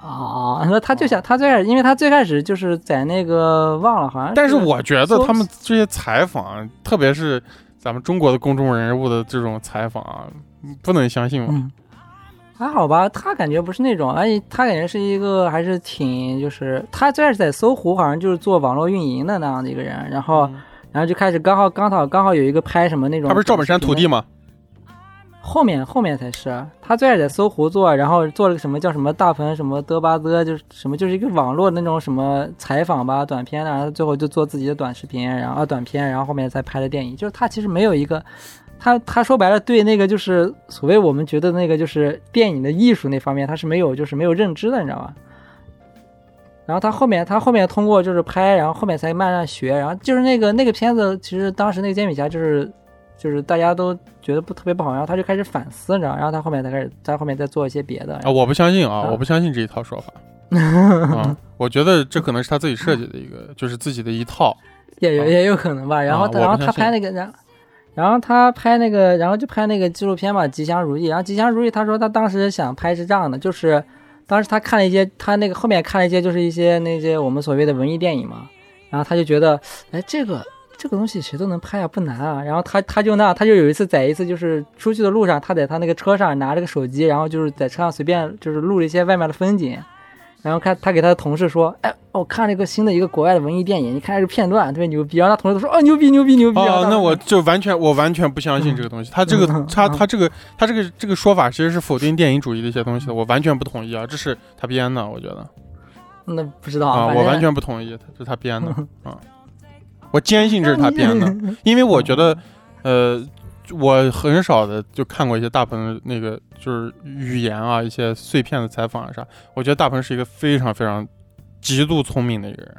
啊，那他就想他最开始，因为他最开始就是在那个忘了好像，
但是我觉得
搜
他们这些采访，特别是咱们中国的公众人物的这种采访啊，不能相信我。
嗯，还好吧，他感觉不是那种，而且他感觉是一个还是挺就是他最开始在搜狐好像就是做网络运营的那样的一个人，然后、然后就开始刚好刚好刚好有一个拍什么那种，
嗯他不是赵本山徒弟，吗？
后面后面才是他最开始在搜狐做，然后做了个什么叫什么大鹏什么嘚吧嘚，就是什么就是一个网络那种什么采访吧短片啊，然后最后就做自己的短视频，然后、啊、短片，然后后面才拍的电影，就是他其实没有一个。他他说白了，对那个就是所谓我们觉得那个就是电影的艺术那方面，他是没有就是没有认知的，你知道吧？然后他后面他后面通过就是拍，然后后面才慢慢学，然后就是那个那个片子，其实当时那个煎饼侠就是就是大家都觉得不特别不好，然后他就开始反思，你知道吗，然后他后面才开始他后面再做一些别的，
啊，我不相信啊，
啊
我不相信这一套说
<laughs>
法。啊，我觉得这可能是他自己设计的一个，就是自己的一
<laughs>
套。
也有
啊
也有可能吧。然后他、
我
然
不
后
相
他
信
拍那个，然后然后他拍那个，然后就拍那个纪录片嘛，《吉祥如意》。然后《吉祥如意》，他说他当时想拍是这样的，就是当时他看了一些，他那个后面看了一些，就是一些那些我们所谓的文艺电影嘛。然后他就觉得，哎，这个这个东西谁都能拍啊，不难啊。然后他他就那他就有一次在一次就是出去的路上，他在他那个车上拿着个手机，然后就是在车上随便就是录了一些外面的风景。然后看他给他的同事说：“哎，我看了一个新的一个国外的文艺电影，你看这个片段特别牛逼。”然后他同事都说：“哦，牛逼，牛逼，牛逼！”然后
哦，
他
那我就完全我完全不相信这个东西。他这个
嗯
他
嗯
他这个他这个这个说法其实是否定电影主义的一些东西的，我完全不同意啊！这是他编的，我觉得。
那不知道，
啊，
反
我
正
完全不同意，他是他
<laughs>
编的啊，我坚信这是他编的，因为我觉得，
嗯
呃，我很少的就看过一些大鹏那个就是语言啊，一些碎片的采访啊啥，我觉得大鹏是一个非常非常极度聪明的一个人，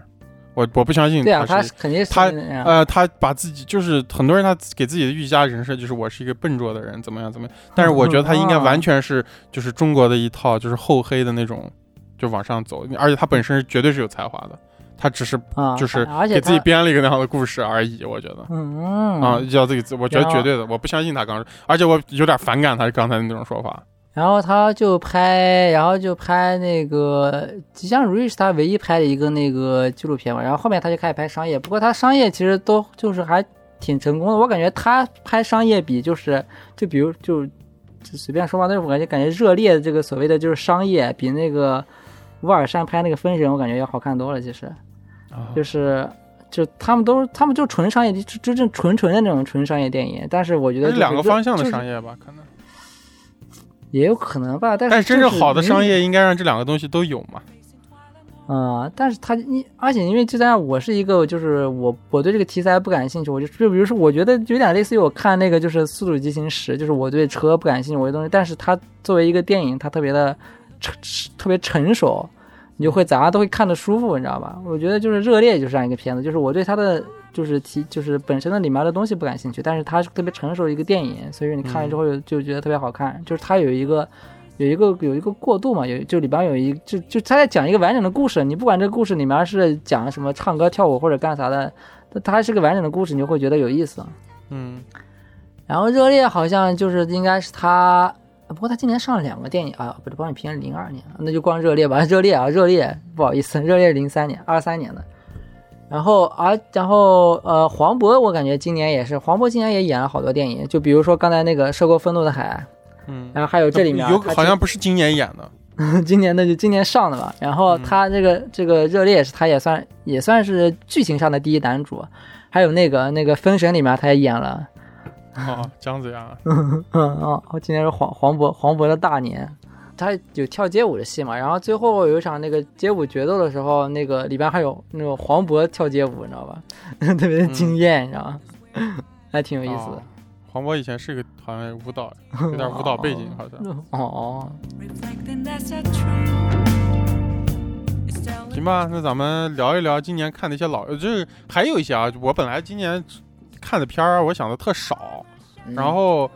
我我不相信
对啊，
他
他
是。
肯定是
他
那样
呃，他把自己就是很多人，他给自己的预加人设就是我是一个笨拙的人，怎么样怎么样。但是
嗯
我觉得他应该完全是就是中国的一套就是厚黑的那种，就往上走，而且他本身是绝对是有才华的，他只是
啊，
就是
而且
给自己
他
编了一个那样的故事而已。我觉得
嗯
啊，要自己，我觉得
然后
绝对的，我不相信他刚，而且我有点反感他刚才那种说法。
然后他就拍，然后就拍那个《吉祥如意》是他唯一拍的一个那个纪录片嘛。然后后面他就开始拍商业，不过他商业其实都就是还挺成功的。我感觉他拍商业比就是就比如就就随便说吧，但是我感觉感觉热烈的这个所谓的就是商业比那个乌尔善拍那个《封神》我感觉要好看多了。其实
啊
就是就他们都他们就纯商业，就就真正纯纯的那种纯商业电影。但是我觉得就
这
是
两个
热
方向的
就是
商业吧，可能。
也有可能吧，但是
但是真正
就是
好的
没
商业应该让这两个东西都有嘛。
嗯，但是他你，而且因为就在我是一个，就是我我对这个题材不感兴趣，我就就比如说，我觉得有点类似于我看那个就是《速度与激情十》，就是我对车不感兴趣，我对东西，但是它作为一个电影，它特别的成特别成熟，你就会咋样都会看得舒服，你知道吧？我觉得就是《热烈》就是这样一个片子，就是我对它的就是题就是本身的里面的东西不感兴趣，但是它是特别成熟的一个电影，所以你看了之后有就觉得特别好看，就是它有一个。有一个有一个过渡嘛，有就里边有一就就他在讲一个完整的故事，你不管这个故事里面是讲什么唱歌跳舞或者干啥的，它它是个完整的故事，你就会觉得有意思。
嗯，
然后热烈好像就是应该是他，啊不过他今年上了两个电影啊，不是帮你拼零二年，啊那就光热烈吧， <laughs> 热烈啊，热烈，不好意思，热烈零三年，二三年的。然后啊，然后呃，黄渤我感觉今年也是，黄渤今年也演了好多电影，就比如说刚才那个《涉过愤怒的海》，
嗯，
然后还有哎这里面
有
他
好像不是今年演
<laughs>
的。
今年的就今年上的吧。然后
嗯
他这个、这个热烈也是，他也算也算是剧情上的第一男主，还有那个那个《封神》里面他也演了。
哦，姜子牙，
嗯啊，我今年是黄黄渤黄渤的大年，他有跳街舞的戏嘛。然后最后有一场那个街舞决斗的时候，那个里边还有那种黄渤跳街舞，你知道吧？ <laughs> 特别惊艳，你知道吗？还挺有意思的
哦。黄渤以前是个好像舞
<laughs>
蹈，有点舞蹈背景，好像。
哦哦，
Reflecting that's a true. It's telling
行吧，那咱们聊一聊今年看的一些老，呃就是还有一些啊，我本来今年看的片儿，啊我想的特少，
嗯
然后，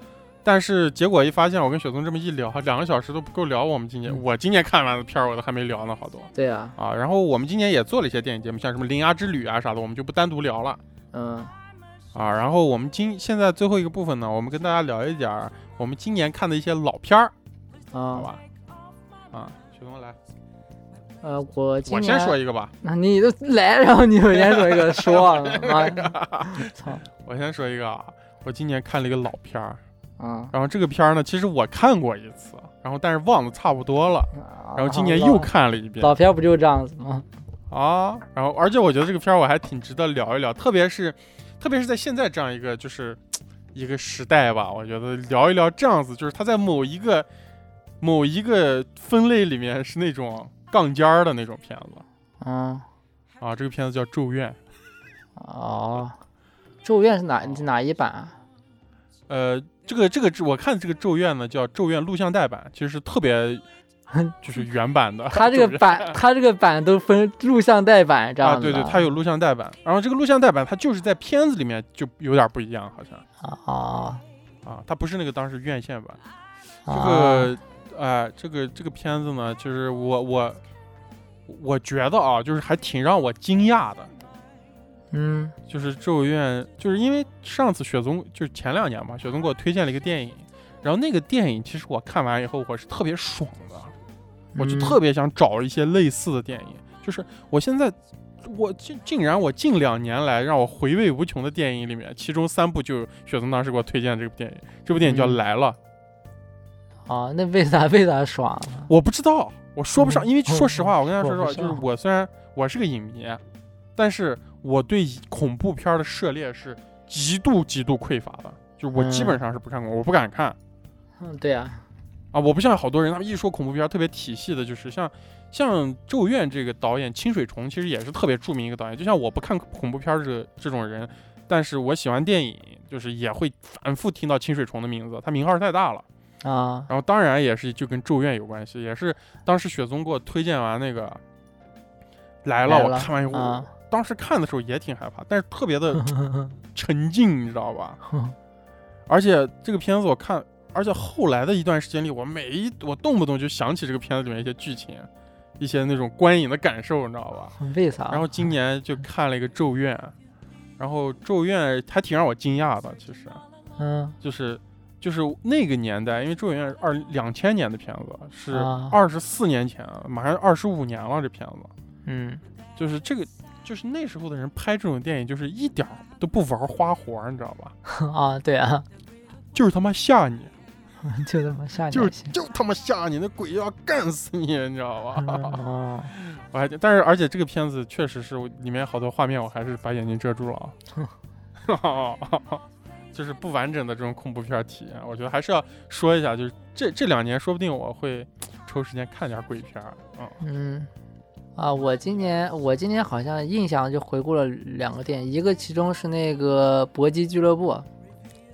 但是结果一发现，我跟雪松这么一聊，两个小时都不够聊我们今年，
嗯
我今年看完的片儿我都还没聊呢，好多
对啊，
啊。然后我们今年也做了一些电影节目，像什么《铃芽之旅》啊啥的，我们就不单独聊了。
嗯
啊，然后我们今现在最后一个部分呢，我们跟大家聊一点儿我们今年看的一些老片儿，好
啊
吧？啊，雪松来，
呃，我今
我
年
先说一个吧，
那你都来，然后你首先说一个说
<laughs>
了，妈呀，操，
我先说一个啊，我今年看了一个老片儿，
嗯，
然后这个片儿呢，其实我看过一次，然后但是忘的差不多了，
然
然后今年又看了一遍
啊老片不就这样子吗？
啊，然后而且我觉得这个片儿我还挺值得聊一聊，特别是，特别是在现在这样一个就是一个时代吧，我觉得聊一聊这样子，就是它在某一个某一个分类里面是那种杠尖儿的那种片子
嗯，
啊，这个片子叫《咒怨》，
哦，咒怨是哪是哪一版啊？
呃，这个这个我看这个《咒怨》呢叫《咒怨》录像带版，其实是特别就是原版的，
<laughs> 他这
咒
个
怨
版，他这个版都分录像带版这
啊，
样子
对
的。
对，它有录像带版，然后这个录像带版它就是在片子里面就有点不一样，好像
哦，
啊，它不是那个当时院线版。这
啊
个，哎、这个这个片子呢，就是我我我觉得啊，就是还挺让我惊讶的，
嗯
就是《咒怨》，就是因为上次雪宗就是前两年吧，雪宗给我推荐了一个电影，然后那个电影其实我看完以后我是特别爽的，我就
嗯
特别想找一些类似的电影，就是我现在。我竟竟然我近两年来让我回味无穷的电影里面，其中三部就有雪宗当时给我推荐这部电影，这部电影叫
嗯
《来了》，
哦，那为啥 <laughs> 为啥爽啊？
我不知道，我说不上，
嗯
因为说实话，我跟大家说
说
实
不
话，就
上
是我虽然我是个影迷，但是我对恐怖片的涉猎是极度极度匮乏的，就是我基
嗯
本上是不看过，我不敢看
嗯，对啊，
啊，我不像好多人，他们一说恐怖片儿特别体系的，就是像像《咒怨》这个导演清水崇，其实也是特别著名一个导演。就像我不看恐怖片儿这这种人，但是我喜欢电影，就是也会反复听到清水崇的名字，他名号太大了。
啊，
然后当然也是就跟《咒怨》有关系，也是当时雪松给我推荐完那个来了，
来
我
了
看完以后，
啊
当时看的时候也挺害怕，但是特
<laughs>
别的沉浸，你知道吧？而且这个片子我看，而且后来的一段时间里，我每一我动不动就想起这个片子里面一些剧情，一些那种观影的感受，你知道吧？
为啥？
然后今年就看了一个《咒怨》，然后《咒怨》还挺让我惊讶的，其实。
嗯
就是就是那个年代，因为《咒怨》是二两千年的片子，是
啊
二十四年前，马上二十五年了。这片子
嗯， <laughs>
就是这个，就是那时候的人拍这种电影，就是一点儿都不玩花活，你知道吧？
啊，对啊， <laughs>
就是他妈吓你，
就这么吓你
就是
一下
就他妈吓你，那鬼要干死你，你知道吧？
嗯哦，
我还但是而且这个片子确实是我里面好多画面，我还是把眼睛遮住了啊。 <laughs> 就是不完整的这种恐怖片儿体验，我觉得还是要说一下，就是这这两年说不定我会抽时间看点儿鬼片儿啊、
嗯，啊，我今年我今年好像印象就回顾了两个电影，一个其中是那个搏击俱乐部，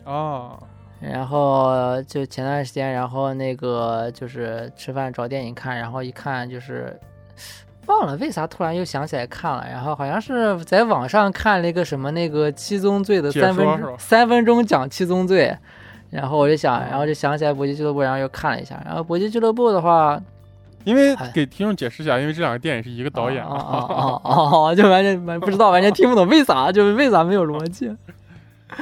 哦
啊，
然后就前段时间，然后那个就是吃饭找电影看，然后一看就是忘了为啥突然又想起来看了，然后好像是在网上看了一个什么那个七宗罪的
解
三分
说
钟
是吧嗯
三分钟讲七宗罪，然后我就想，然后就想起来搏击俱乐部，然后又看了一下，然后搏击俱乐部的话，
因为
哎
给听众解释一下，因为这两个电影是一个导演 <laughs>
啊啊啊啊啊啊，就完全完不知道，完全听不懂为啥，就是为啥没有逻辑， <laughs>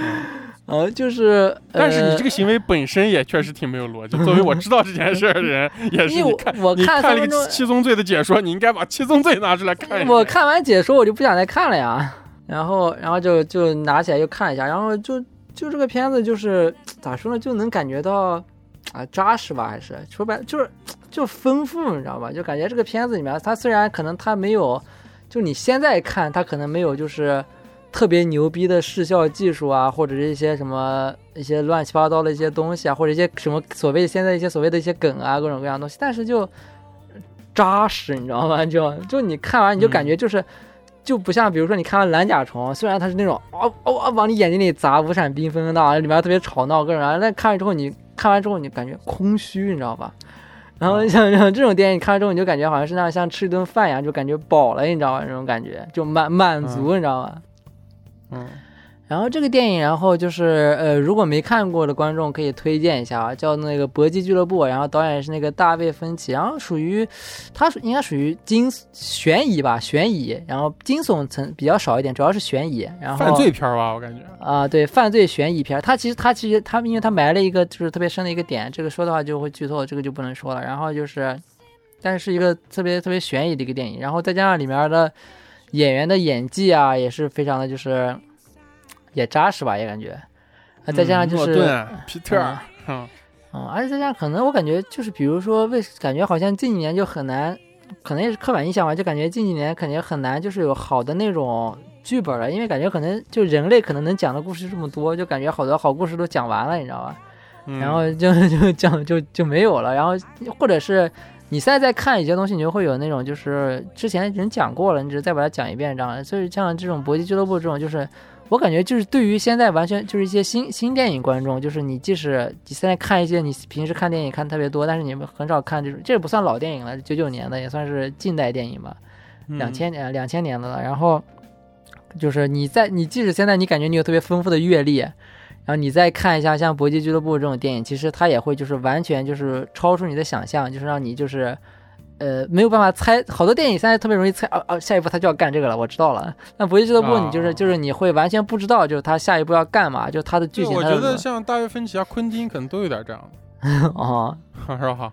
呃，就是，
嗯但是你
呃
这个行为本身也确实挺没有逻辑。作为我知道这件事儿
<laughs>
的人，也是
因为
你
我
看
我
你
看三
看了一
分钟
个七宗罪的解说，你应该把七宗罪拿出来看一遍。
我看完解说我就不想再看了呀， <laughs> 然后然后就就拿起来又看了一下，然后就就这个片子就是咋说呢，就能感觉到啊扎实吧，还是说白了就是就丰富，你知道吧？就感觉这个片子里面，它虽然可能它没有，就你现在看它可能没有就是。特别牛逼的视效技术啊，或者是一些什么一些乱七八糟的一些东西啊，或者一些什么所谓现在一些所谓的一些梗啊，各种各样的东西，但是就扎实，你知道吗？就就你看完你就感觉就是、就不像比如说你看完《蓝甲虫》，虽然它是那种哦哦哦往你眼睛里砸五闪缤纷的啊，里面特别吵闹各种啊，但看完之后你看完之后你感觉空虚，你知道吧？
啊
然后像像这种电影，你看完之后你就感觉好像是那样像吃一顿饭一样，就感觉饱了，你知道吧？那种感觉就满满足，你知道吧？
嗯，
然后这个电影，然后就是呃，如果没看过的观众可以推荐一下啊，叫那个《搏击俱乐部》，然后导演是那个大卫芬奇，然后属于它属应该属于惊悬疑吧，悬疑，然后惊悚层比较少一点，主要是悬疑，然后
犯罪片儿吧，我感觉。
啊、对，犯罪悬疑片儿，它其实它其实它，因为它埋了一个就是特别深的一个点，这个说的话就会剧透，这个就不能说了。然后就是，但是一个特别特别悬疑的一个电影，然后再加上里面的演员的演技啊，也是非常的就是也扎实吧，也感觉，啊，再加上就
嗯
是
诺顿、皮特儿，嗯，
嗯，而且再加上可能我感觉就是，比如说为感觉好像近几年就很难，可能也是刻板印象吧，就感觉近几年感觉很难就是有好的那种剧本了，因为感觉可能就人类可能能讲的故事这么多，就感觉好多好故事都讲完了，你知道吧？
嗯
然后就就讲就就没有了，然后或者是你现在在看一些东西，你就会有那种就是之前人讲过了，你只是再把它讲一遍这样。所以像这种搏击俱乐部这种，就是我感觉就是对于现在完全就是一些新新电影观众，就是你即使你现在看一些你平时看电影看特别多，但是你们很少看这种，这也不算老电影了，九九年的也算是近代电影吧。
嗯
两千年两千年的了。然后就是你在你即使现在你感觉你有特别丰富的阅历，然后你再看一下像《搏击俱乐部》这种电影，其实它也会就是完全就是超出你的想象，就是让你就是。呃，没有办法猜，好多电影现在特别容易猜，哦、啊、哦、下一步他就要干这个了，我知道了。那《搏击俱乐部》，你就是、
啊
就是你会完全不知道，就是他下一步要干嘛，就是他的剧
对，
情。
我
它
觉
的
得像大卫芬奇啊、昆汀可能都有点这样
<laughs> 哦，
的， <laughs> 是吧？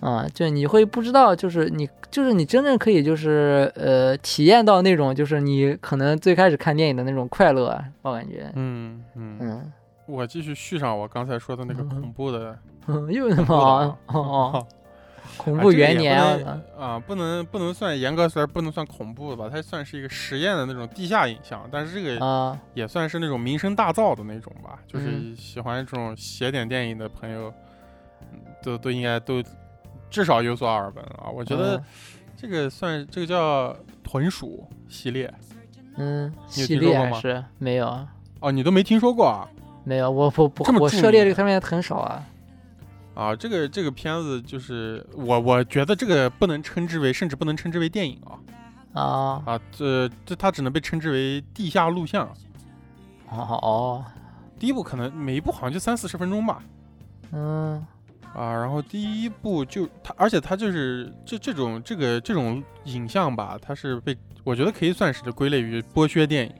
啊、就你会不知道，就是你，就是你真正可以，就是呃，体验到那种，就是你可能最开始看电影的那种快乐，啊我感觉，
嗯嗯，
嗯，
我继续续上我刚才说的那个
嗯
恐怖的
嗯 <laughs> 又什么
恐
哦
怖的
哦，
啊
恐
啊
怖
这个也
元
不
年
能
啊，
<laughs> 啊，不能不能算严格来说不能算恐怖吧，它算是一个实验的那种地下影像，但是这个
啊，
也算是那种名声大噪的那种吧，就是
嗯
喜欢这种邪点电影的朋友，嗯都都应该都至少有所耳闻啊。我觉得
嗯
这个算这个叫豚鼠系列
嗯，
你
系
有听说
列
过
还
吗
是没有啊？
哦，你都没听说过啊？
没有，我我不
这么
我
著
涉猎
名
这个方面很少啊。
啊，这个这个片子就是我我觉得这个不能称之为，甚至不能称之为电影啊
啊，
啊，这这它只能被称之为地下录像。啊
哦哦，
第一部可能每一部好像就三四十分钟吧，
嗯
啊，然后第一部就它，而且它就是这这种这个这种影像吧，它是被我觉得可以算是归类于剥削电影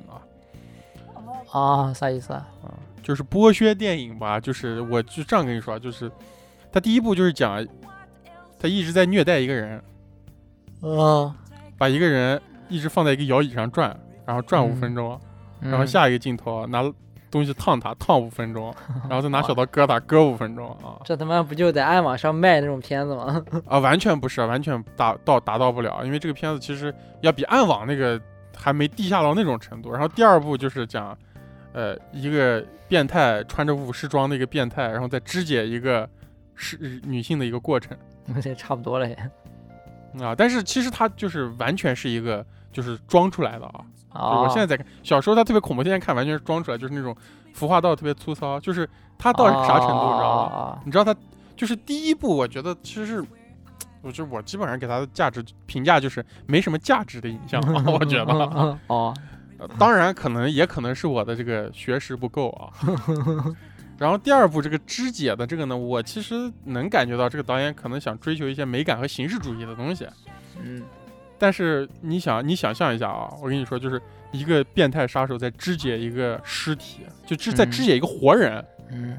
啊
啊，啥意思啊？
啊，就是剥削电影吧，就是我就这样跟你说啊，就是它第一部就是讲他一直在虐待一个人，啊
嗯，
把一个人一直放在一个摇椅上转，然后转五
嗯
分钟，然后下一个镜头拿东西烫他，烫五
<laughs>
分钟，然后再拿小刀割他，割五分钟啊
这他妈不就在暗网上卖那种片子吗？ <laughs>
啊，完全不是，完全达到达到不了，因为这个片子其实要比暗网那个还没地下到那种程度。然后第二部就是讲，呃，一个变态穿着武士装的一个变态，然后再肢解一个是女性的一个过程。
这差不多了也。
啊，但是其实它就是完全是一个就是装出来的啊，就是
哦，
我现在在看，小时候它特别恐怖，现在看完全是装出来，就是那种服化道特别粗糙，就是它到底是啥程度，你知道吗？
吗？
你知道它就是第一部，我觉得其实是，我就我基本上给它的价值评价就是没什么价值的影像啊，我觉
<laughs>
得啊。
嗯哦，
呃当然，可能也可能是我的这个学识不够啊。然后第二部这个肢解的这个呢，我其实能感觉到这个导演可能想追求一些美感和形式主义的东西，
嗯，
但是你想，你想象一下啊，我跟你说，就是一个变态杀手在肢解一个尸体，就肢在
嗯
肢解一个活人。
嗯，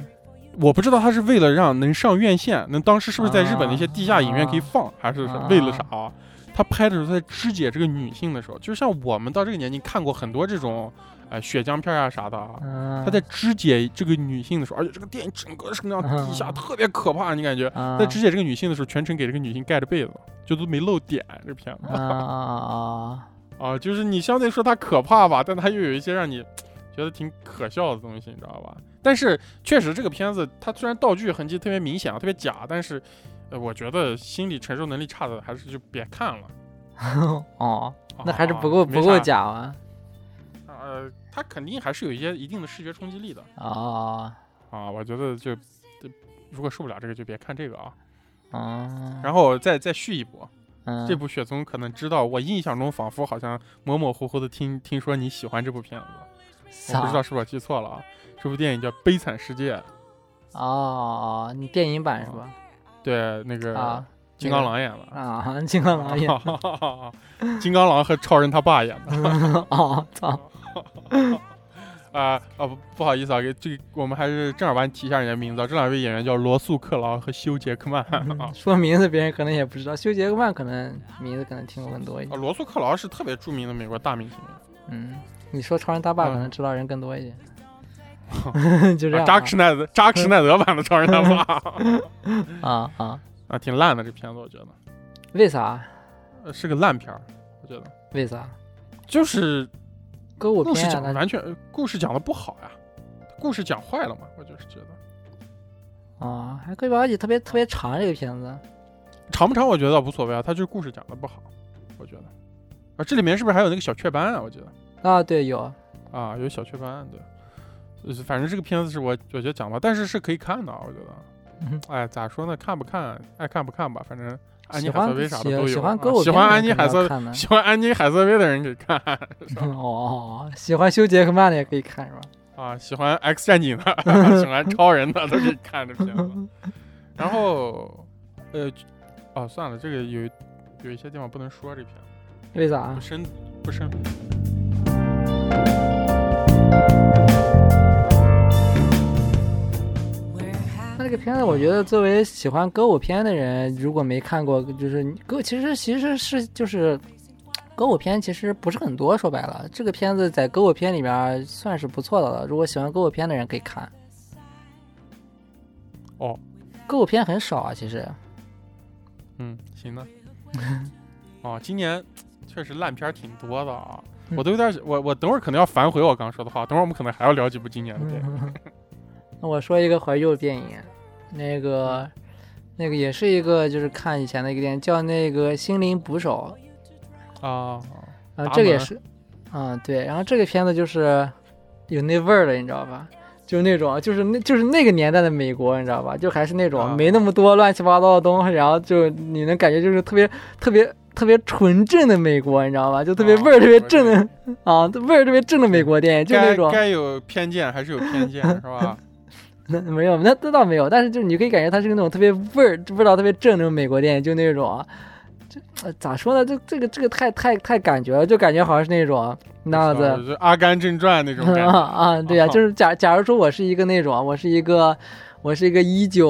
我不知道他是为了让能上院线，能当时是不是在日本的一些地下影院可以放，还是
啊
为了啥啊？他拍的时候在肢解这个女性的时候，就像我们到这个年纪看过很多这种，呃，血浆片啊啥的啊。
他
他在肢解这个女性的时候，而且这个电影整个是那样地下，
啊
特别可怕。你感觉
在
在肢解这个女性的时候，全程给这个女性盖着被子，就都没露点。这个片子，
啊啊
啊，就是你相对说它可怕吧，但它又有一些让你觉得挺可笑的东西，你知道吧？但是确实这个片子，它虽然道具痕迹特别明显啊，特别假，但是，呃，我觉得心理承受能力差的还是就别看了。
啊！哦，那还是
啊
不够
没
不够
啥
假啊！
呃，它肯定还是有一些一定的视觉冲击力的
哦，
啊。我觉得就，就如果受不了这个，就别看这个啊。
嗯，
然后再再续一部，
嗯
这部雪松可能知道，我印象中仿佛好像模模糊糊的听听说你喜欢这部片子。我不知
啥
道是不是我记错了啊。这部电影叫《悲惨世界》，
哦，你电影版是吧？
对，那个
啊
金刚狼演的。
啊，金刚狼演
<laughs> 金刚狼和超人他爸演的。
哦，操，
啊啊不不好意思啊，给这个我们还是正儿八经提一下人家名字啊。这两位演员叫罗素·克劳和休·杰克曼啊。
说名字别人可能也不知道，修杰克曼可能名字可能听过更多一
啊，
点。
罗素·克劳是特别著名的美国大明星，
嗯，你说超人他爸可能知道人更多一点，就这
啊
样
扎克施奈德扎克施奈德版的超人他爸
啊啊啊！
啊，挺烂的这片子，我觉得
为啥？
呃是个烂片儿，我觉得
为啥？
就是
歌舞
故事
片
讲
啊，
完全呃故事讲的不好呀，故事讲坏了嘛，我就是觉得
它啊，还可以吧，而且特别特别长这个片子，
长不长我觉得无所谓啊，他就是故事讲的不好，我觉得。啊，这里面是不是还有那个小雀斑啊？我觉得
啊，对，有，
啊，有小雀斑，对。呃反正这个片子是我我觉得讲吧，但是是可以看的啊，我觉得。
嗯
哎，咋说呢？看不看，爱看不看吧，反正安妮
喜
海瑟
欢
薇啥的都有
喜
啊。
喜欢歌舞
喜
片的人
欢安妮海瑟
肯定要看的
喜欢安妮海瑟薇的人可以看
<laughs> 哦，喜欢修杰克曼的也可以看是吧？
啊，喜欢 X 战警的， <laughs> 喜欢超人的都可以看这片子。然后，呃，哦，算了，这个有有一些地方不能说这篇，
为啥
不？深不深。
那这个片子，我觉得作为喜欢歌舞片的人，如果没看过，就是你歌，其实其实是就是歌舞片，其实不是很多。说白了，这个片子在歌舞片里面算是不错的了。如果喜欢歌舞片的人可以看。
哦，
歌舞片很少啊，其实。
嗯，
<laughs>
行的。哦，今年确实烂片儿挺多的啊，
嗯
我都有点儿，我我等会儿可能要反悔我刚说的话，等会儿我们可能还要聊嗯几部今年的电影。嗯
那我说一个怀旧电影，那个那个也是一个就是看以前的一个电影，叫那个《心灵捕手》，
啊，
啊、
达
这个也
门
是，啊、对，然后这个片子就是有那味儿了，你知道吧？就是那种，就是那，就是那个年代的美国，你知道吧？就还是那种
啊
没那么多乱七八糟的东西，然后就你能感觉就是特别特别特别纯正的美国，你知道吧？就特别
啊
味儿特别
我
正
这
的啊，味儿特别正的美国电影，就那
该
种啊
该有偏见还是有偏见是
<laughs>
吧？
那没有，那那倒没有，但是就是你可以感觉它是那种特别味儿味道特别正那种美国电影，就那种啊，这、呃、咋说呢？这这个这个太太太感觉了，就感觉好像是那种那样子。
啊就是《阿甘正传》那种感
啊 <laughs>
觉。
啊，对呀、
啊
就是假假如说我是一个那种，我是一个，我是一个一九，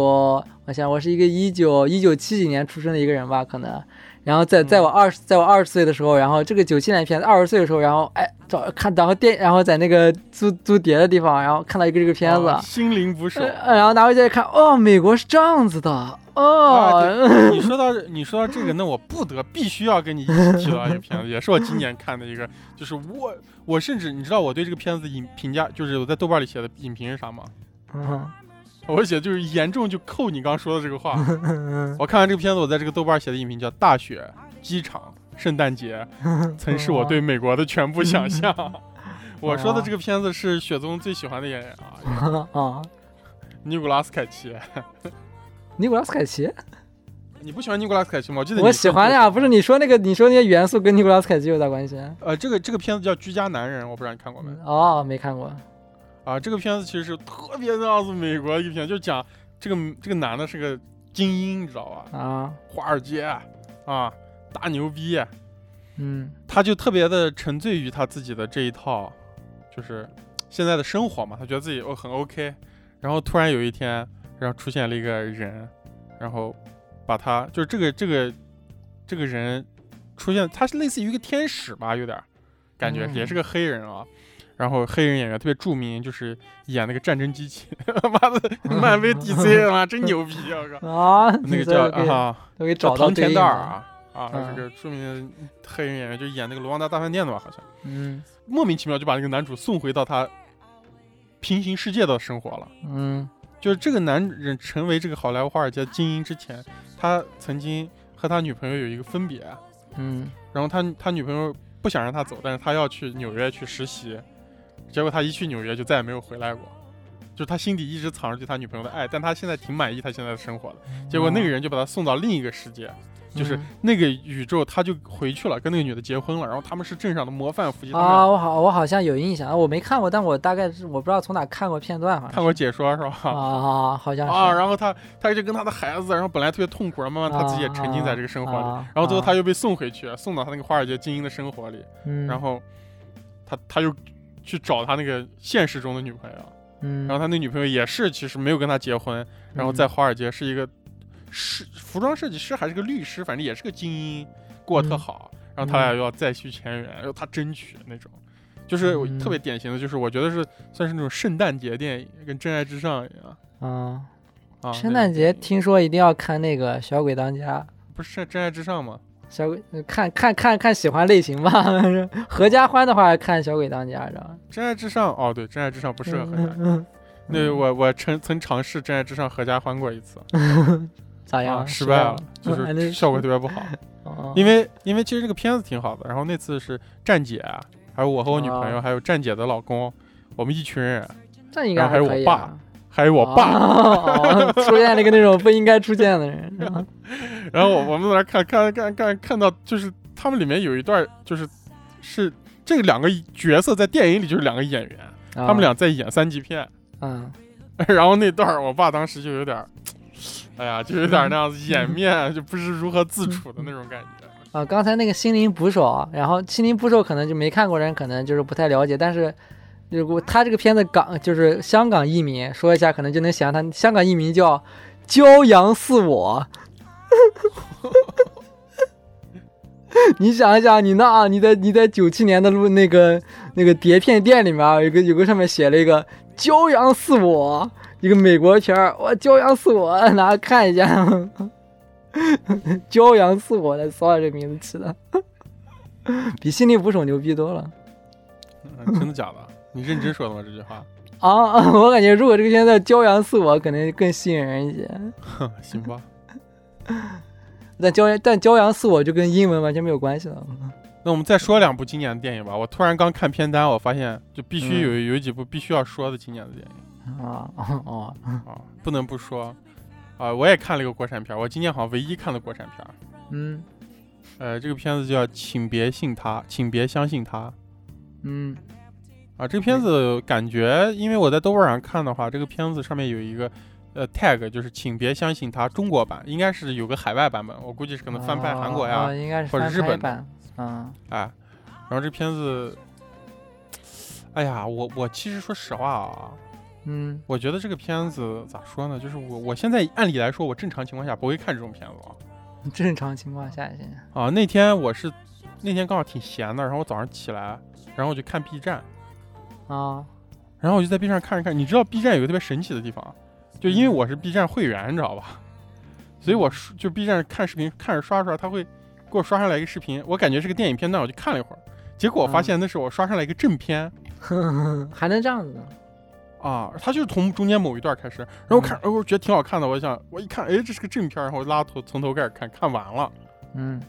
我想我是一个一九一九七几年出生的一个人吧，可能，然后
嗯
在在我二十在我二十岁的时候，然后这个九七年的片子，二十岁的时候，然后哎找看，然后电，然后在那个租租碟的地方，然后看到一个这个片子，
啊心灵捕手。
<laughs> 呃然后拿回家一看，哦，美国是这样子的，
啊
哦，
对你说到你说到这个，那我不得必须要跟你一起提到一个片子，也是我今年看的一个，就是我我甚至你知道我对这个片子影评价，就是我在豆瓣里写的影评是啥吗？
嗯
我写就是严重就扣你刚说的这
<laughs>
个话。
嗯
我看完这个片子，我在这个豆瓣写的影评叫《大雪、机场、圣诞节》，曾是
哦
我对美国的全部想象。
<laughs>
我说的这个片子是雪宗最喜欢的演员啊，
嗯 <laughs> 啊，
尼古拉斯凯奇。
尼古拉斯凯奇，
你不喜欢尼古拉斯凯奇吗？我记得你
我
说
喜欢
过
呀、不是你说那个你说那些元素跟尼古拉斯凯奇有啥关系？
呃，这个这个片子叫《居家男人》，我不知道你看过没？
哦，没看过。
啊，这个片子其实是特别那样子美国的一个片，就讲这个这个男的是个精英，你知道吧？
啊，
华尔街啊，大牛逼，啊
嗯
他就特别的沉醉于他自己的这一套，就是现在的生活嘛，他觉得自己哦很 OK，然后突然有一天，然后出现了一个人，然后把他就是这个这个这个人出现，他是类似于一个天使吧，有点儿感觉
嗯
也是个黑人啊。然后黑人演员特别著名，就是演那个战争机器， <laughs> 妈的，漫威 DC 妈真牛逼，我靠！
啊，
那个
<laughs> 所以
叫
我给
啊，
我给找到
唐
对
田
应
蛋儿
的，
啊啊，他是个著名的黑人演员，就演那个《卢旺达大饭店》的吧，好像
嗯
莫名其妙就把那个男主送回到他平行世界的生活了。
嗯
就是这个男人成为这个好莱坞华尔街精英之前，他曾经和他女朋友有一个分别，
嗯
然后他他女朋友不想让他走，但是他要去纽约去实习，结果他一去纽约就再也没有回来过。就是他心底一直藏着对他女朋友的爱，但他现在挺满意他现在的生活的。结果那
嗯
个人就把他送到另一个世界，就是那个宇宙，他就回去了，跟那个女的结婚了，然后他们是镇上的模范夫妻。他们
啊，我好我好像有印象，我没看过，但我大概是我不知道从哪看过片段，好像
看过解说是 <laughs> 吧？
啊，好像是
啊，然后他他就跟他的孩子，然后本来特别痛苦，然后慢慢他自己也沉浸在这个生活里，
啊
然后最后
啊
他又被送回去，送到他那个华尔街精英的生活里，
嗯
然后他他又去找他那个现实中的女朋友，
嗯，
然后他那女朋友也是其实没有跟他结婚，然后在华尔街是一个是服装设计师还是个律师，反正也是个精英，过得特
嗯
好。然后他俩又要再续前缘，然后他争取那种，就是我
嗯
特别典型的，就是我觉得是算是那种圣诞节电影，跟《真爱至上》一样
啊，
啊。
圣
那
诞
种
节
电影
听说一定要看那个《小鬼当家》。
不是《真爱至上》吗？
小鬼，看看看看喜欢类型吧。 <laughs> 合家欢的话，看《小鬼当家》知道吧？
《真爱至上》哦，对，《真爱至上》不适合合家。
嗯，
那我我曾曾尝试《真爱至上》合家欢过一次，
咋
啊，
样？
失败了，就
还能
是效果特别不好。
哦
因为因为其实这个片子挺好的，然后那次是站姐，啊还有我和我女朋友，
啊
还有站姐的老公，我们一群人，
这应该
然后还
可
有
以、
我
啊。
爸还有我爸，
哦，哦出现了一个那种不应该出现的人，是吧
<laughs> 然后我我们在那看看看看看到，就是他们里面有一段就是是这两个角色在电影里就是两个演员， <laughs> 他们，俩在演三级片，
啊
<laughs>
嗯
然后那段儿我爸当时就有点儿，哎呀，就有点儿那样 <laughs> 子掩面，就不知如何自处的那种感觉。
啊，刚才那个心灵捕手啊，然后心灵捕手可能就没看过人，可能就是不太了解，但是。如果他这个片子港就是香港译名，说一下可能就能想到他香港译名叫《骄阳似我》。 <laughs> 你想一想，你那啊，你在你在九七年的录那个那个碟片店里面啊，有个有个上面写了一个“骄阳似我”，一个美国片儿，我骄阳似我， <laughs> 拿来看一下。骄阳似我的骚这名字起的， <laughs> 比心灵捕手牛逼多了
<laughs> <laughs> 嗯真的假的？你认真说的吗？这句话？
啊 <laughs> 啊！我感觉如果这个片子叫骄阳似我，可能更吸引人一些。
<laughs> 行吧。
但骄阳但骄阳似我就跟英文完全没有关系了。
那我们再说两部今年的电影吧。我突然刚看片单，我发现就必
嗯
须有、有几部必须要说的今年的电影
啊哦哦，
啊，不能不说。啊，我也看了一个国产片儿，我今年好像唯一看的国产片儿。
嗯
呃，这个片子叫《请别信他，请别相信他》
嗯
啊。这个片子感觉，因为我在豆瓣上看的话，这个片子上面有一个呃 tag，就是“请别相信他”中国版，应该是有个海外版本，我估计是可能翻拍韩国呀，
哦哦应该是
或者
翻
日
拍
本
版啊，
哎，然后这片子，哎呀，我我其实说实话啊，
嗯
我觉得这个片子咋说呢？就是我我现在按理来说，我正常情况下不会看这种片子啊。
正常情况下行。
啊，那天我是那天刚好挺闲的，然后我早上起来，然后我就看 B 站，
啊 <laughs>
然后我就在 B 站看着看，你知道 B 站有个特别神奇的地方，啊就因为我是 B 站会员，你知道吧？所以我刷就 B 站看视频看着刷着刷，他会给我刷上来一个视频，我感觉是个电影片段，我就看了一会儿，结果我发
嗯
现那是我刷上来一个正片。
还能这样子？
啊，他就是从中间某一段开始，然后我看，哎我觉得挺好看的，我想，我一看，哎，这是个正片儿，然后我拉头从头开始看，看完了，
嗯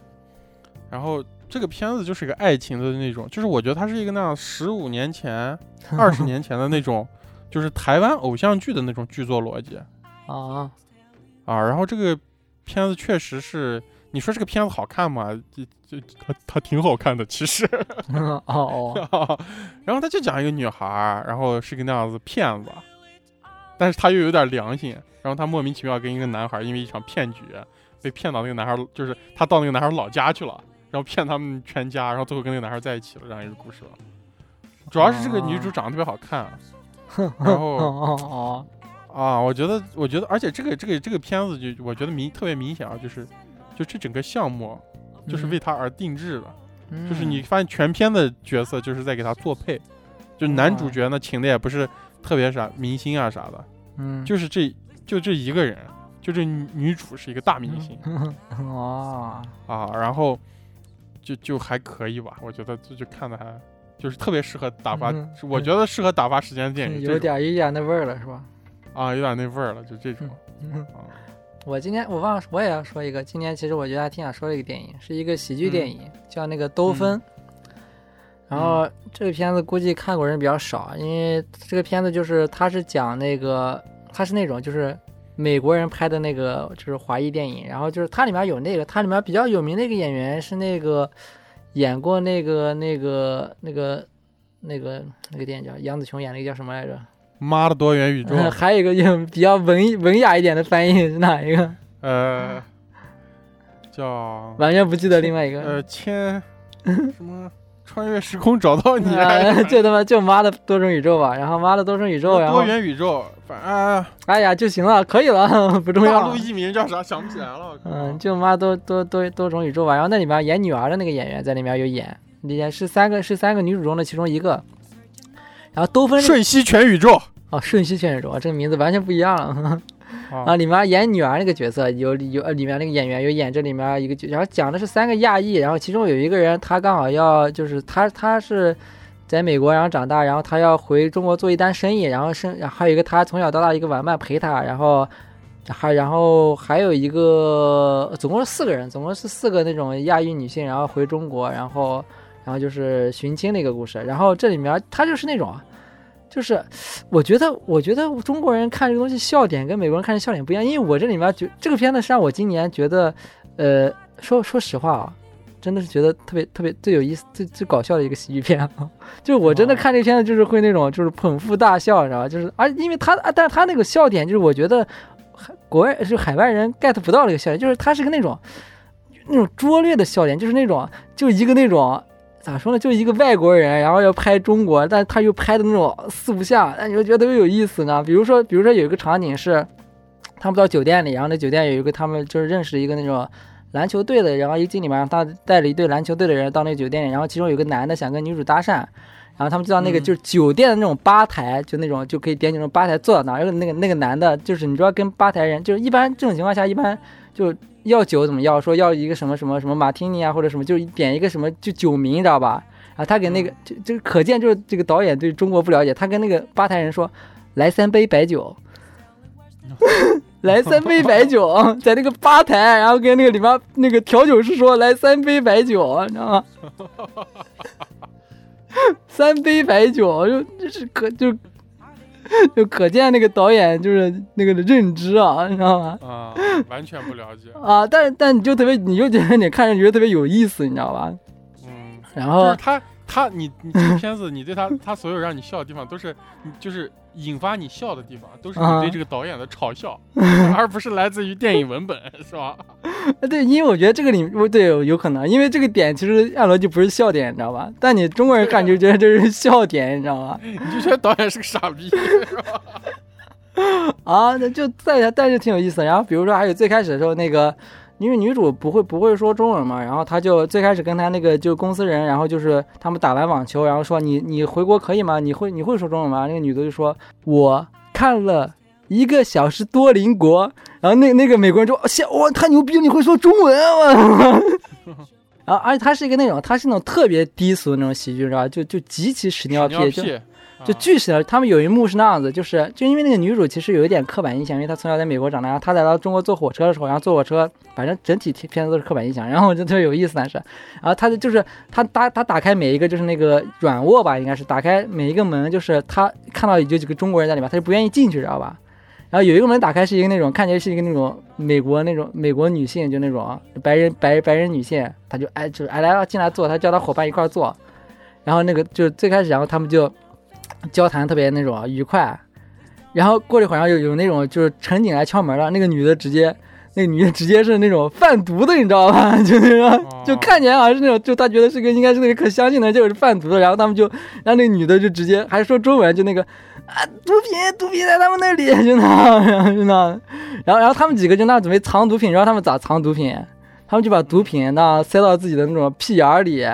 然后这个片子就是一个爱情的那种，就是我觉得它是一个那样十五年 <laughs> 前、二十年前的那种，就是台湾偶像剧的那种剧作逻辑
啊，
啊。然后这个片子确实是，你说这个片子好看吗？这这它它挺好看的，其实。
哦哦，
然后他就讲一个女孩儿，然后是个那样子骗子，但是他又有点良心，然后他莫名其妙跟一个男孩儿因为一场骗局被骗到那个男孩儿，就是他到那个男孩儿老家去了，然后骗他们全家，然后最后跟那个男孩儿在一起了，这样一个故事了。主要是这个女主长得特别好看，啊然
哦
后
哦
啊，我觉得，我觉得，而且这个这个这个片子就我觉得明特别明显啊，就是就这整个项目
哦，
就是为他而定制的，
嗯
就是你发现全片的角色就是在给他做配，就男
哦
主角呢请的也不是特别啥明星啊啥的，
嗯
就是这就这一个人，就这女女主是一个大明星
嗯哦
啊，然后就就还可以吧，我觉得就就看的还就是特别适合打发
嗯，
我觉得适合打发时间的电影，
有点有点那味儿了是吧？
这种啊有点那味儿了，就这种
嗯
啊，
<laughs> 我今天我忘了，我也要说一个。今年其实我觉得还挺想说的一个电影，是一个喜剧电影，叫那个《兜风》。然后这个片子估计看过人比较少，因为这个片子就是它是讲那个，它是那种就是美国人拍的那个就是华裔电影，然后就是它里面有那个，它里面比较有名的一个演员是那个演过那个那个那个那个那个电影叫杨紫琼演那个叫什么来着？
妈的多元
<laughs>
宇宙，
还有一个就比较文艺文雅一点的翻译是哪一个？
呃，
<laughs>
叫
完全不记得另外一个。
呃
<laughs>
千什么穿越时空找到你。
啊，就他妈就妈的多重宇宙吧，然后妈的多重宇宙，然后
多元宇宙，反
<laughs>
正、哎
哎呀就行了，可以了， <laughs> 不重
大
要
陆。艺名叫啥想不起来了。我靠
啊嗯，就妈多多多多重宇宙吧，然后那里面演女儿的那个演员在里面有演，也是三个是三个女主中的其中一个。然后都分
瞬息全宇宙
哦，瞬息全宇宙，哇这个名字完全不一样了。啊，
啊，
里面演女儿那个角色有有呃里面那个演员有演这里面一个角，然后讲的是三个亚裔，然后其中有一个人他刚好要就是他他是在美国然后长大，然后他要回中国做一单生意，然后生然后还有一个他从小到大一个玩伴陪他，然后还然后还有一个总共是四个人，总共是四个那种亚裔女性，然后回中国，然后然后就是寻亲的一个故事，然后这里面他就是那种。啊就是我觉得，我觉得中国人看这个东西笑点跟美国人看这笑点不一样，因为我这里面觉这个片子是让我今年觉得，呃，说 <laughs> 说实话啊，真的是觉得特别特别最有意思、最最搞笑的一个喜剧片、啊。 <laughs> 就我真的看这个片子，就是会那种就是捧腹大笑，你知道吧？就是而因为他，啊但是他那个笑点就是我觉得海国外就海外人 get 不到这个笑点，就是他是个那种那种拙劣的笑点，就是那种就一个那种咋说呢，就一个外国人，然后要拍中国，但他又拍的那种四不像，但你又觉得特别有意思呢。比如说，比如说有一个场景是，他们到酒店里，然后那酒店有一个他们就是认识一个那种篮球队的，然后一个经理嘛，让他带了一队篮球队的人到那个酒店里，然后其中有个男的想跟女主搭讪，然后他们就到那个
嗯
就是酒店的那种吧台，就那种就可以点那种吧台坐到那儿，然后那个那个男的就是你知道跟吧台人就是一般这种情况下一般就要酒怎么要，说要一个什么什么什么马提尼啊，或者什么，就是点一个什么就酒名，你知道吧？然后他给那个就就是可见就是这个导演对中国不了解，他跟那个吧台人说，来三杯白酒，来三杯白酒， <laughs> 在那个吧台，然后跟那个里面那个调酒师说来三杯白酒，你知道吗？ <laughs> 三杯白酒，就就是可就就可见那个导演就是那个认知啊，你知道吗？
啊，完全
<laughs>
不了解。
啊，但是但你就特别，你就觉得你看着觉得特别有意思，你知道吧？
嗯，
然
就
后
是他他你你这个片子，你对他 <laughs> 他所有让你笑的地方，都是就是引发你笑的地方，都是你
啊
对这个导演的
<laughs>
嘲笑，而不是来自于电影文本，是吧？
啊，对，因为我觉得这个里不对，有可能，因为这个点其实按逻辑不是笑点，你知道吧？但你中国人看就觉得这是笑点，你知道吗？
你就觉得导演是个
<laughs>
傻逼，是吧？
啊，那就但但是挺有意思的。然后比如说还有最开始的时候那个，因为女主不会不会说中文嘛，然后她就最开始跟她那个就公司人，然后就是他们打完网球，然后说你你回国可以吗？你会你会说中文吗？那个女的就说我看了。一个小时多邻国，然后那那个美国人说：“哇、哇，太牛逼了，你会说中文啊！” <laughs> 然后而且他是一个那种，他是那种特别低俗的那种喜剧，你知道吧？就就极其屎尿屁，
尿
就
屁，
啊就
啊
巨神，他们有一幕是那样子，就是就因为那个女主其实有一点刻板印象，因为她从小在美国长大，然后她来到中国坐火车的时候，然后坐火车，反正整体片子都是刻板印象，然后我就特别有意思但是，然后她的就是她打她打开每一个就是那个软卧吧，应该是打开每一个门，就是她看到有几个中国人在里面，她就不愿意进去，知道吧？然后有一个门打开是一个那种看起来是一个那种美国那种美国女性，就那种白人白白人女性，她就哎就是哎来了进来坐，她叫她伙伴一块儿坐，然后那个就是最开始，然后他们就交谈特别那种愉快，然后过了一会儿，然后有有那种就是乘警来敲门了，那个女的直接，那个女的直接是那种贩毒的，你知道吧？ <laughs> 就那种
哦
就看起来好像是那种，就她觉得是个应该是那个可相信的，结果是贩毒的，然后他们就让那个女的就直接还说中文，就那个啊毒品毒品在他们那里， <laughs> 就那样，然后就那样，然后然后他们几个就那样准备藏毒品，然后他们咋藏毒品？他们就把毒品那塞到自己的那种屁眼儿里， <laughs>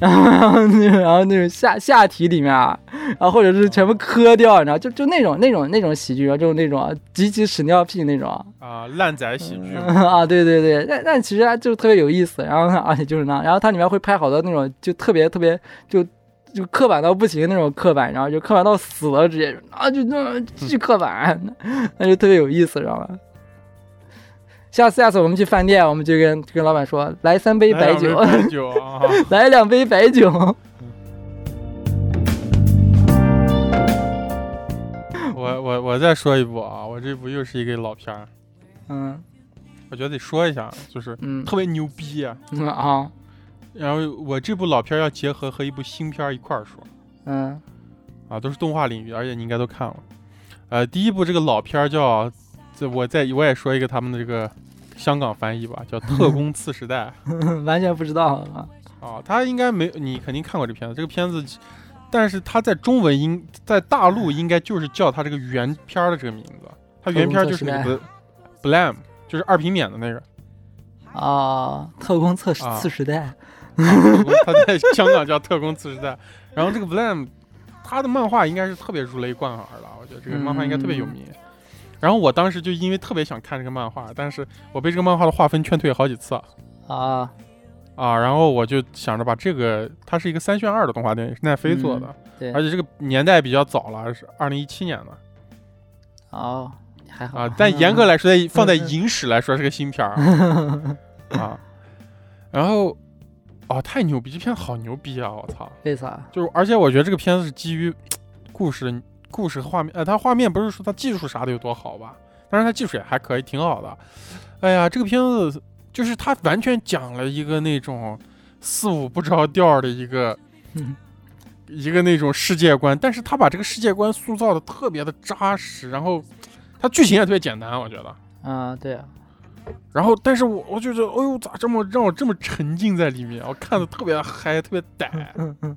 然后然后那种然后那种下下体里面，然后或者是全部磕掉，你知道，就就那种那种那种喜剧，就是那种极其屎尿屁那种 <laughs>
啊，烂仔喜剧，
啊，对对对，但但其实它就特别有意思，然后啊而且就是那样，然后它里面会拍好多那种就特别特别就就刻板到不行那种刻板，然后就刻板到死了，直接啊就那巨刻板，那就特别有意思，知道吧？下次下次我们去饭店，我们就跟就跟老板说，来三杯白酒，
来两杯白酒啊， <laughs>
<laughs> 来两杯白酒。
我我我再说一部啊，我这部又是一个老片儿，
嗯
我觉得得说一下，就是
嗯
特别牛逼、啊。
嗯啊
然后我这部老片儿要结合和一部新片儿一块儿说
嗯 <laughs>
啊，都是动画领域，而且你应该都看了。呃，第一部这个老片儿叫，这我再我也说一个他们的这个香港翻译吧，叫《特工次时代》
完全不知道啊。
啊，他应该没你肯定看过这片子，这个片子，但是他在中文应在大陆应该就是叫他这个原片儿的这个名字，他原片儿就是那个 Bl- Blam，就是二平免的那个。
啊，特工测试
啊
次时代，
他在香港叫特工次时代。然后这个 Blam，他的漫画应该是特别如雷贯耳的，我觉得这个漫画应该特别有名。然后我当时就因为特别想看这个漫画，但是我被这个漫画的划分劝退好几次啊
啊，
啊！然后我就想着把这个，它是一个三选二的动画电影，是奈飞做的，
对，
而且这个年代比较早了，是二零一七年的。
哦，还好
啊，但严格来说，在放在影史来说是个新片儿啊啊。然后，哦，太牛逼！这片好牛逼啊！我操，
<laughs> 为啥？
就是而且我觉得这个片子是基于故事、故事和画面，呃，它画面不是说它技术啥的有多好吧，但是它技术也还可以，挺好的。哎呀，这个片子就是它完全讲了一个那种四五不着调儿的一个
嗯。
一个那种世界观，但是他把这个世界观塑造的特别的扎实，然后它剧情也特别简单，我觉得。
啊，对啊，
然后，但是我我就觉得，哎呦，咋这么让我这么沉浸在里面？我看的特别嗨，特别歹，
嗯嗯。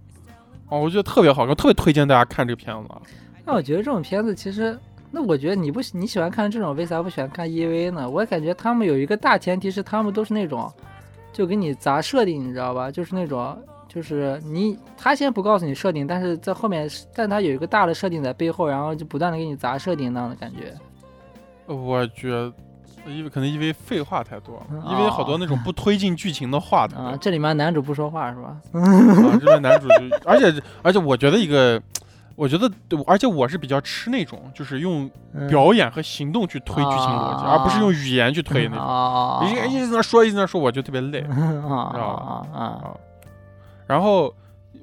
哦，我觉得特别好看，特别推荐大家看这个片子啊。
那我觉得这种片子其实，那我觉得你不喜你喜欢看这种，为啥不喜欢看 EVA 呢？我感觉他们有一个大前提是他们都是那种，就给你砸设定，你知道吧？就是那种。就是你，他先不告诉你设定，但是在后面，但他有一个大的设定在背后，然后就不断的给你砸设定那样的感觉。
我觉得，因为可能因为废话太多了，
嗯
因为好多那种不推进剧情
<laughs>
的话啊特别
啊啊，这里面男主不说话是吧？ <laughs>
多，啊这边男主就，而且而且我觉得一个我觉得，而且我是比较吃那种，就是用表演和行动去推剧情逻辑，
啊
而不是用语言去推那种。
啊
一一直在那说，一直在那说，我就特别累。
啊
知道吧
啊
然后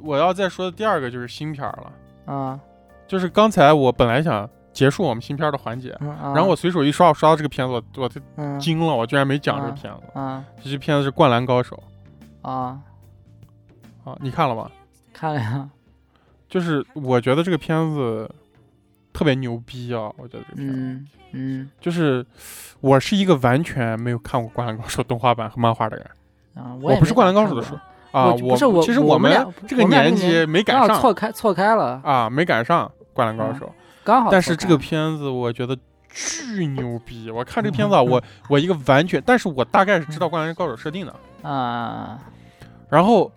我要再说的第二个就是新片儿了，
啊
就是刚才我本来想结束我们新片儿的环节，
啊！
然后我随手一刷，我刷到这个片子，我我就
嗯
惊了，我居然没讲这个
啊
片子。
啊
这片子是《灌篮高手
啊，》
啊，你看了吗？
看了呀，
就是我觉得这个片子特别牛逼啊！我觉得这个片子、
嗯嗯
就是我是一个完全没有看过《灌篮高手》动画版和漫画的人
啊，
我
也
不是
没
灌篮
咋
高手的
看
书
过
啊。
我不是我
其实
我们
们
俩
这个
我们俩
年
这个
纪没赶
刚好
上
哦错开错开了，
啊，没赶上《灌篮高手》
刚好错开了。
但是这个片子我觉得巨牛逼。我看这个
<laughs>
片子啊，我我一个完全，但是我大概是知道《灌篮高手》设定的，
啊，
然后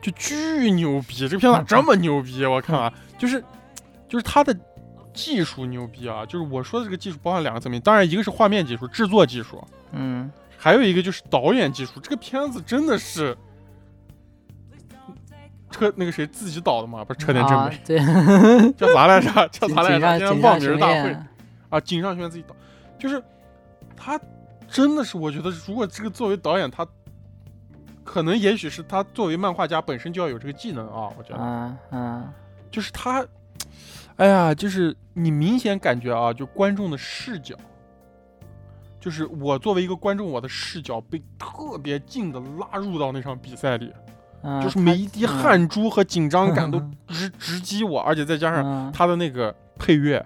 就巨牛逼。这片子咋这么牛逼？我看啊，就是就是它的。技术牛逼啊！就是我说的这个技术包含两个层面，当然一个是画面技术、制作技术，
嗯
还有一个就是导演技术，这个片子真的是车那个谁自己导的嘛？不是车田真
啊
美，，
对，
叫啥来着？叫
井
啥来
井上
着？今天忘
井上
名儿大
雄
会
彦
啊，井上雄彦自己导，就是他真的是，我觉得如果这个作为导演，他可能也许是他作为漫画家本身就要有这个技能啊，我觉得
啊啊
就是他，哎呀，就是你明显感觉啊，就观众的视角，就是我作为一个观众，我的视角被特别近的拉入到那场比赛里，
啊，
就是
他
每一滴
嗯
汗珠和紧张
<laughs>
感都
嗯
直直击我，而且再加上
嗯
他的那个配乐，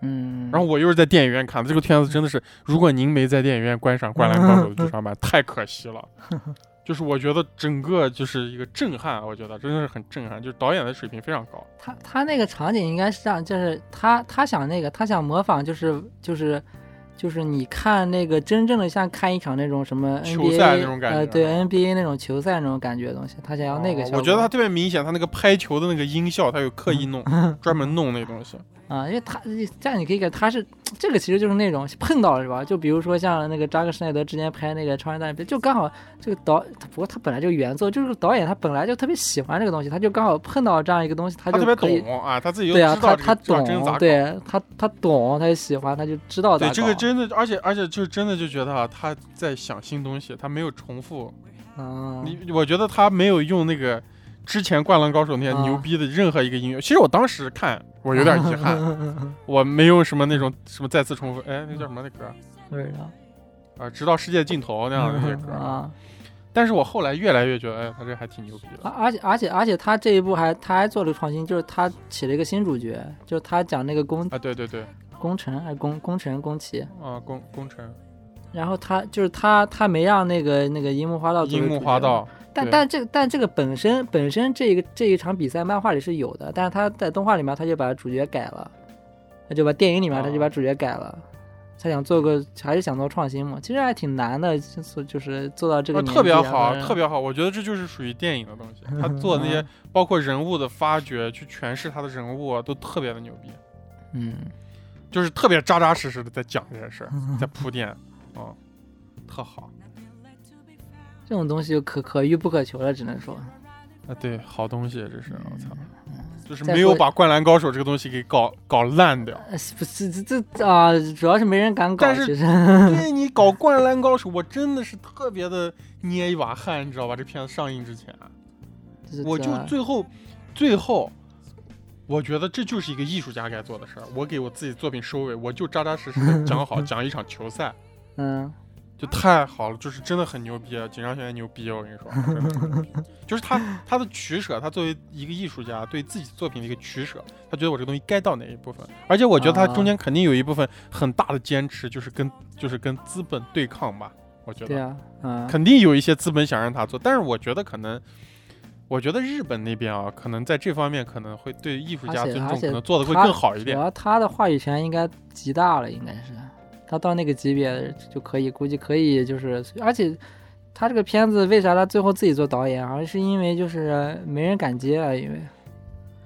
嗯，
然后我又是在电影院看的，这个片子真的是，如果您没在电影院观赏《灌篮高手》的剧
<laughs>
场版，太可惜了。就是我觉得整个就是一个震撼，我觉得真的是很震撼，就是导演的水平非常高。
他他那个场景应该是这样，就是他他想那个他想模仿就是就是。就是你看那个真正的像看一场那种什么 NBA
球赛那种感觉
呃，对 NBA 那种球赛那种感觉的东西，他想要那个
哦
效果。嗯
我觉得他特别明显，他那个拍球的那个音效，他有刻意弄，
<laughs>
专门弄那东西。
啊，因为他这样你可以感觉他是这个其实就是那种碰到了是吧？就比如说像那个扎克施耐德之前拍那个《超人大战》，就刚好这个导，不过他本来就原作就是导演他本来就特别喜欢这个东西，他就刚好碰到这样一个东西，他
他
就
特别
可以
懂啊，他自己又
对啊，
知
他
道这
他
个这玩意儿真
懂
咋，搞。
对他他懂，他就喜欢，他就知道咋
对，这个
搞
真的，而且而且就真的就觉得啊，他在想新东西，他没有重复。
啊，
你我觉得他没有用那个之前《灌篮高手》那些
啊
牛逼的任何一个音乐。其实我当时看，我有点遗憾，
<laughs>
我没有什么那种什么再次重复，哎，那叫什么那歌儿
不知道
啊，直到世界尽头那样的那些歌儿。
啊，
但是我后来越来越觉得，哎，他这还挺牛逼的。
而而且而且而且他这一部还他还做了个创新，就是他起了一个新主角，就是他讲那个工
啊，对对对，
工程还是工工程宫崎，
啊，工工程，
然后他就是他，他没让那个那个樱木花道作为
樱
哦主
木
角
花道，
但
对
但这但这个本身本身这一个这一场比赛漫画里是有的，但是他在动画里面他就把主角改了，他就把电影里面
啊
他就把主角改了，他想做个还是想做创新嘛，其实还挺难的，就是就是做到这个
啊，
年
特别
纪啊
好，
反正
特别好。我觉得这就是属于电影的东
<laughs>
西，他做的那
嗯
些包括人物的发掘，去诠释他的人物啊，都特别的牛逼， <laughs>
嗯
就是特别扎扎实实的在讲这些事儿，在铺垫，啊，特好
这种东西就可可遇不可求了，只能说
啊，对，好东西，这是我操，
嗯
就是
再
没有
说
把《灌篮高手》这个东西给搞搞
<laughs>
烂掉。
呃是不是这这啊，主要是没人敢搞，
但是
其实 <laughs>
对你搞《灌篮高手》，我真的是特别的捏一把汗，你知道吧？这片子上映之前。
就是
我就
这样
最后，最后，我觉得这就是一个艺术家该做的事儿。我给我自己作品收尾，我就扎扎实实的讲好讲一场球赛，
嗯
就太好了，就是真的很牛逼，啊紧张学院牛逼，我跟你说，真的很牛逼就是他他的取舍，他作为一个艺术家对自己作品的一个取舍，他觉得我这个东西该到哪一部分，而且我觉得他中间肯定有一部分很大的坚持，就是跟就是跟资本对抗吧，我觉得
对。啊嗯
肯定有一些资本想让他做，但是我觉得可能，我觉得日本那边啊，可能在这方面可能会对艺术家
而且
尊
而
重，
且
可能做的会
他
更好一
主
点。
要他的话语权应该极大了，应该是他到那个级别就可以，估计可以就是，而且他这个片子为啥他最后自己做导演，好像是因为就是没人敢接啊，因为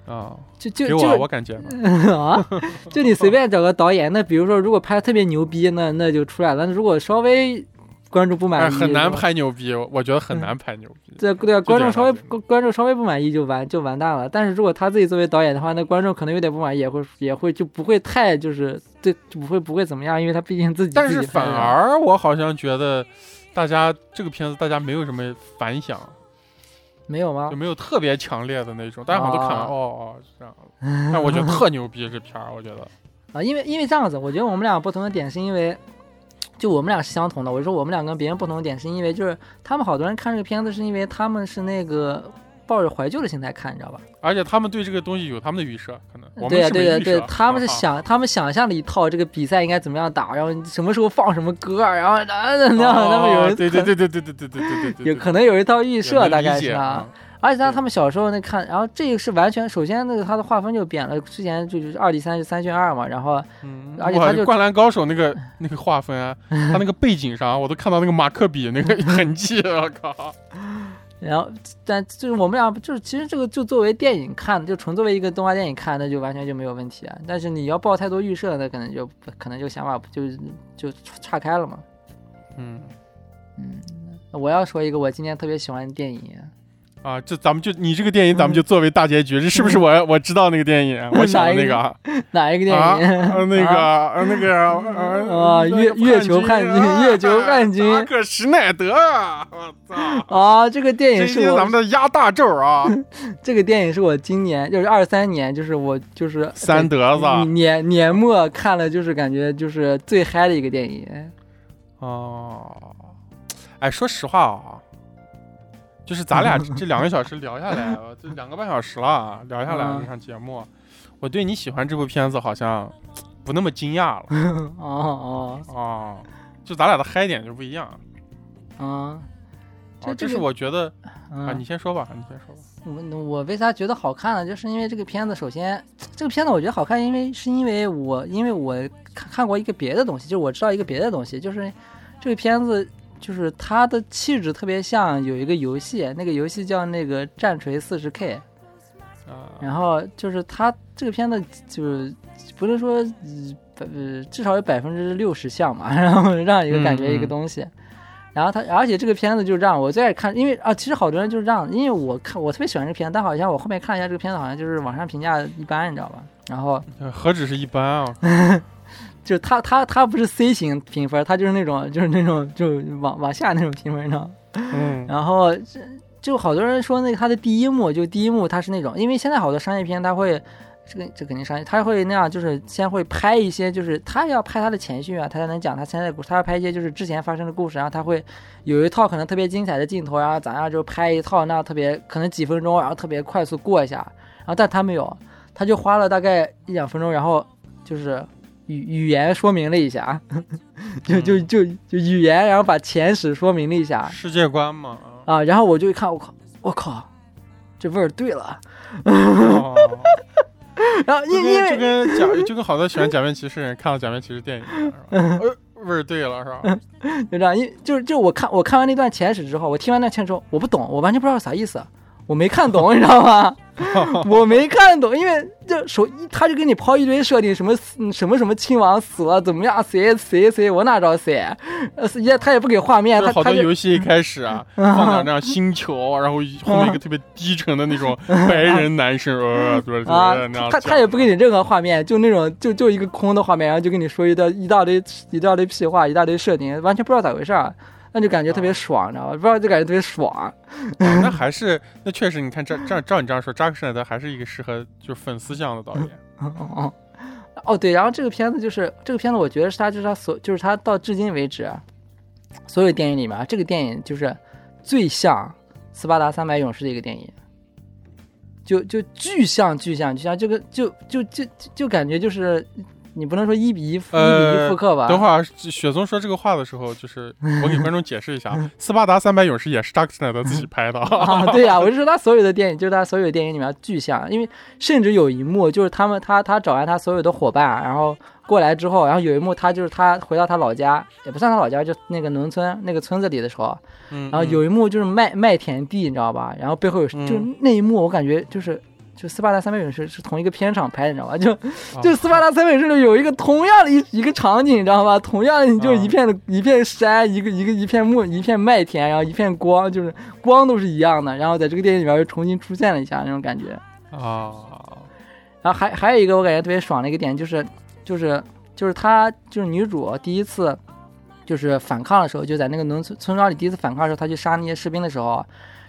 啊、
就就
给
就
我啊我敢接吗？
啊，就你随便找个导演，那比如说如果拍得特别牛逼，那那就出来了；那如果稍微观众不满
哎，
意，
很难
是吧
拍牛逼，我我觉
<laughs>
得很难拍牛逼。
对对啊，观众
这
稍
样
微
的
观观众稍微不满意就完就完蛋了。但是如果他自己作为导演的话，那观众可能有点不满意，也会也会就不会太就是对就不会不会怎么样，因为他毕竟自己
但
自
是
己拍
反
的
而我好像觉得，大家这个片子大家没有什么反响，
没有吗
就？没有特别强烈的那种，大家好像都看完，
啊
哦哦是这样的。但我觉得特牛逼这片儿，我觉得
啊，因为因为这样子，我觉得我们俩不同的点是因为，就我们俩是相同的。我就说我们俩跟别人不同的点是因为，就是他们好多人看这个片子是因为他们是那个抱着怀旧的心态看，你知道吧？
而且他们对这个东西有他们的预设，可能我
对
们
呀，
是
对
没
呀，
预
对
设，，
他们是
啊
想他们想象了一套这个比赛应该怎么样打，然后什么时候放什么歌，然后啊 <laughs> 那那
哦
他们有人
对对对对对对对对对对，
有可能有一套预
预
设，大概是啊。而且他
对
他们小时候那看，然后这个是完全，首先那个他的划分就变了，之前就是二 D 三是三选二嘛，然后
嗯，
而且
哇
他就
灌篮高手那个那个划
<laughs>
分啊，他那个背景上啊我都看到那个马克笔那个 <laughs> 痕迹，我靠，
然后但就是我们俩就是其实这个就作为电影看，就纯作为一个动画电影看，那就完全就没有问题啊。但是你要抱太多预设，那可能就可能就想法就就岔开了嘛。
嗯
嗯，我要说一个我今年特别喜欢的电影， <laughs>
啊，这咱们就你这个电影，咱
嗯
们就作为大结局，这是不是我我知道那个电影，我想的那个啊
<laughs> 哪一个电
啊
影？
啊那个啊那个
<laughs>
啊
啊月月球
汉
汉军月球
<laughs>
汉军
扎啊克施耐德啊，我操！
啊，这个电
这
影是
是
我
咱们的压大咒
<laughs>
啊，
这个电影是我今年就是二三年，就是我就是
三德子
嗯年年末看了，就是感觉就是最嗨的一个电
嗯
影。
哦，哎，说实话啊，就是咱俩这这两个小时聊下来，我这两个半小时了啊，聊下来
嗯
这场节目，我对你喜欢这部片子好像不那么惊讶了
<laughs> 哦哦
啊、就咱俩的嗨点就不一样。
啊！
啊，
这
这
这
是
个
我觉得啊，
嗯
你，先说吧，你先说吧。
我我为啥觉得好看呢？就是因为这个片子，首先这个片子我觉得好看，因为是因为我因为我看看过一个别的东西，就是我知道一个别的东西，就是这个片子就是它的气质特别像有一个游戏，那个游戏叫那个《战锤四十 K》，
啊，
然后就是他这个片子就是不能说呃百呃至少有百分之六十像嘛， <laughs> 然后让一个感觉一个东西。然后他，而且这个片子就让我最开始看，因为啊，其实好多人就是让，因为我看我特别喜欢这片，但好像我后面看了一下这个片子，好像就是网上评价一般，你知道吧？然后
何止是一般啊！
就是他他他不是 C 型评分，他就是那种就是那种就往往下那种评分，你知道吗？
嗯，
然后这就好多人说那个他的第一幕，就第一幕他是那种，因为现在好多商业片他会。这个这肯定商业，他会那样，就是先会拍一些，就是他要拍他的前序啊，他才能讲他现在的故事，啊他要拍一些就是之前发生的故事，然后他会有一套可能特别精彩的镜头，然后咱俩就拍一套那样特别可能几分钟，然啊后特别快速过一下，然后但他没有，他就花了大概一两分钟，然后就是语语言说明了一下， <laughs> 就就就就语言，然后把前史说明了一下，
世界观嘛，啊
啊，然后我就一看，我靠，我靠，这味儿对了。 <laughs>
哦
然后
就
因因
跟就
为
跟假就跟好多喜欢假面骑士人看到假面骑士电影一
<laughs>
样是吧？呃味儿对了是吧？
就这样，因就是就我看我看完那段前史之后，我听完那前史之后，我不懂，我完全不知道啥意思，我没看懂，你知道吗？ <laughs> 我没看懂，因为就首一他就给你抛一堆设定，什么嗯什么什么亲王死了怎么样，谁谁谁，我哪知道谁？呃，也他也不给画面，
就是
哎他
好
他
多
就嗯
游戏一开始啊，放点那样星球，然后后面一个特别低沉的那种白人男生，呃，对对
嗯啊
对，那样，
他他也不给你任何画面，就那种就就一个空的画面，然后就跟你说一大一大堆一大堆屁话，一大堆设定，完全不知道咋回事儿，那就感觉特
啊
别爽，你知道吧？不知道就感觉特别爽。 <laughs>
讲。那还是那确实，你看这这照你这样说，扎克施耐德还是一个适合就是粉丝向的导演。
哦哦哦，哦对，然后这个片子就是这个片子，我觉得是他就是他所就是他到至今为止所有电影里面啊，这个电影就是最像《斯巴达三百勇士》的一个电影，就就巨像巨像巨像，这个就就就就就感觉就是你不能说一比一复、一比
呃
一复刻吧？
等会儿雪松说这个话的时候，就是我给观众解释一下，
嗯
《斯巴达三百勇士》也是扎克施耐德自己拍的。 <laughs>
啊，对呀、我就说他所有的电影，就是他所有的电影里面巨像，因为甚至有一幕就是他们他他找完他所有的伙伴，然后过来之后，然后有一幕他就是他回到他老家，也不算他老家，就那个农村那个村子里的时候，
<laughs> 嗯
啊然后有一幕就是麦麦田地，你知道吧？然后背后有、
嗯
就那一幕，我感觉就是就《斯巴达三百勇士》是同一个片场拍的，你知道吧？就
嗯啊
就《斯巴达三百勇士》里有一个同样的一一个场景，你知道吧？同样的你就
啊
一片的一片山，一个一个一片木一片麦田，然后一片光，就是光都是一样的。然后在这个电影里面又重新出现了一下那种感觉。
啊，
然后还还有一个我感觉特别爽的一个点就是，就是就是她就是女主第一次就是反抗的时候，就在那个农村村庄里第一次反抗的时候，她去杀那些士兵的时候，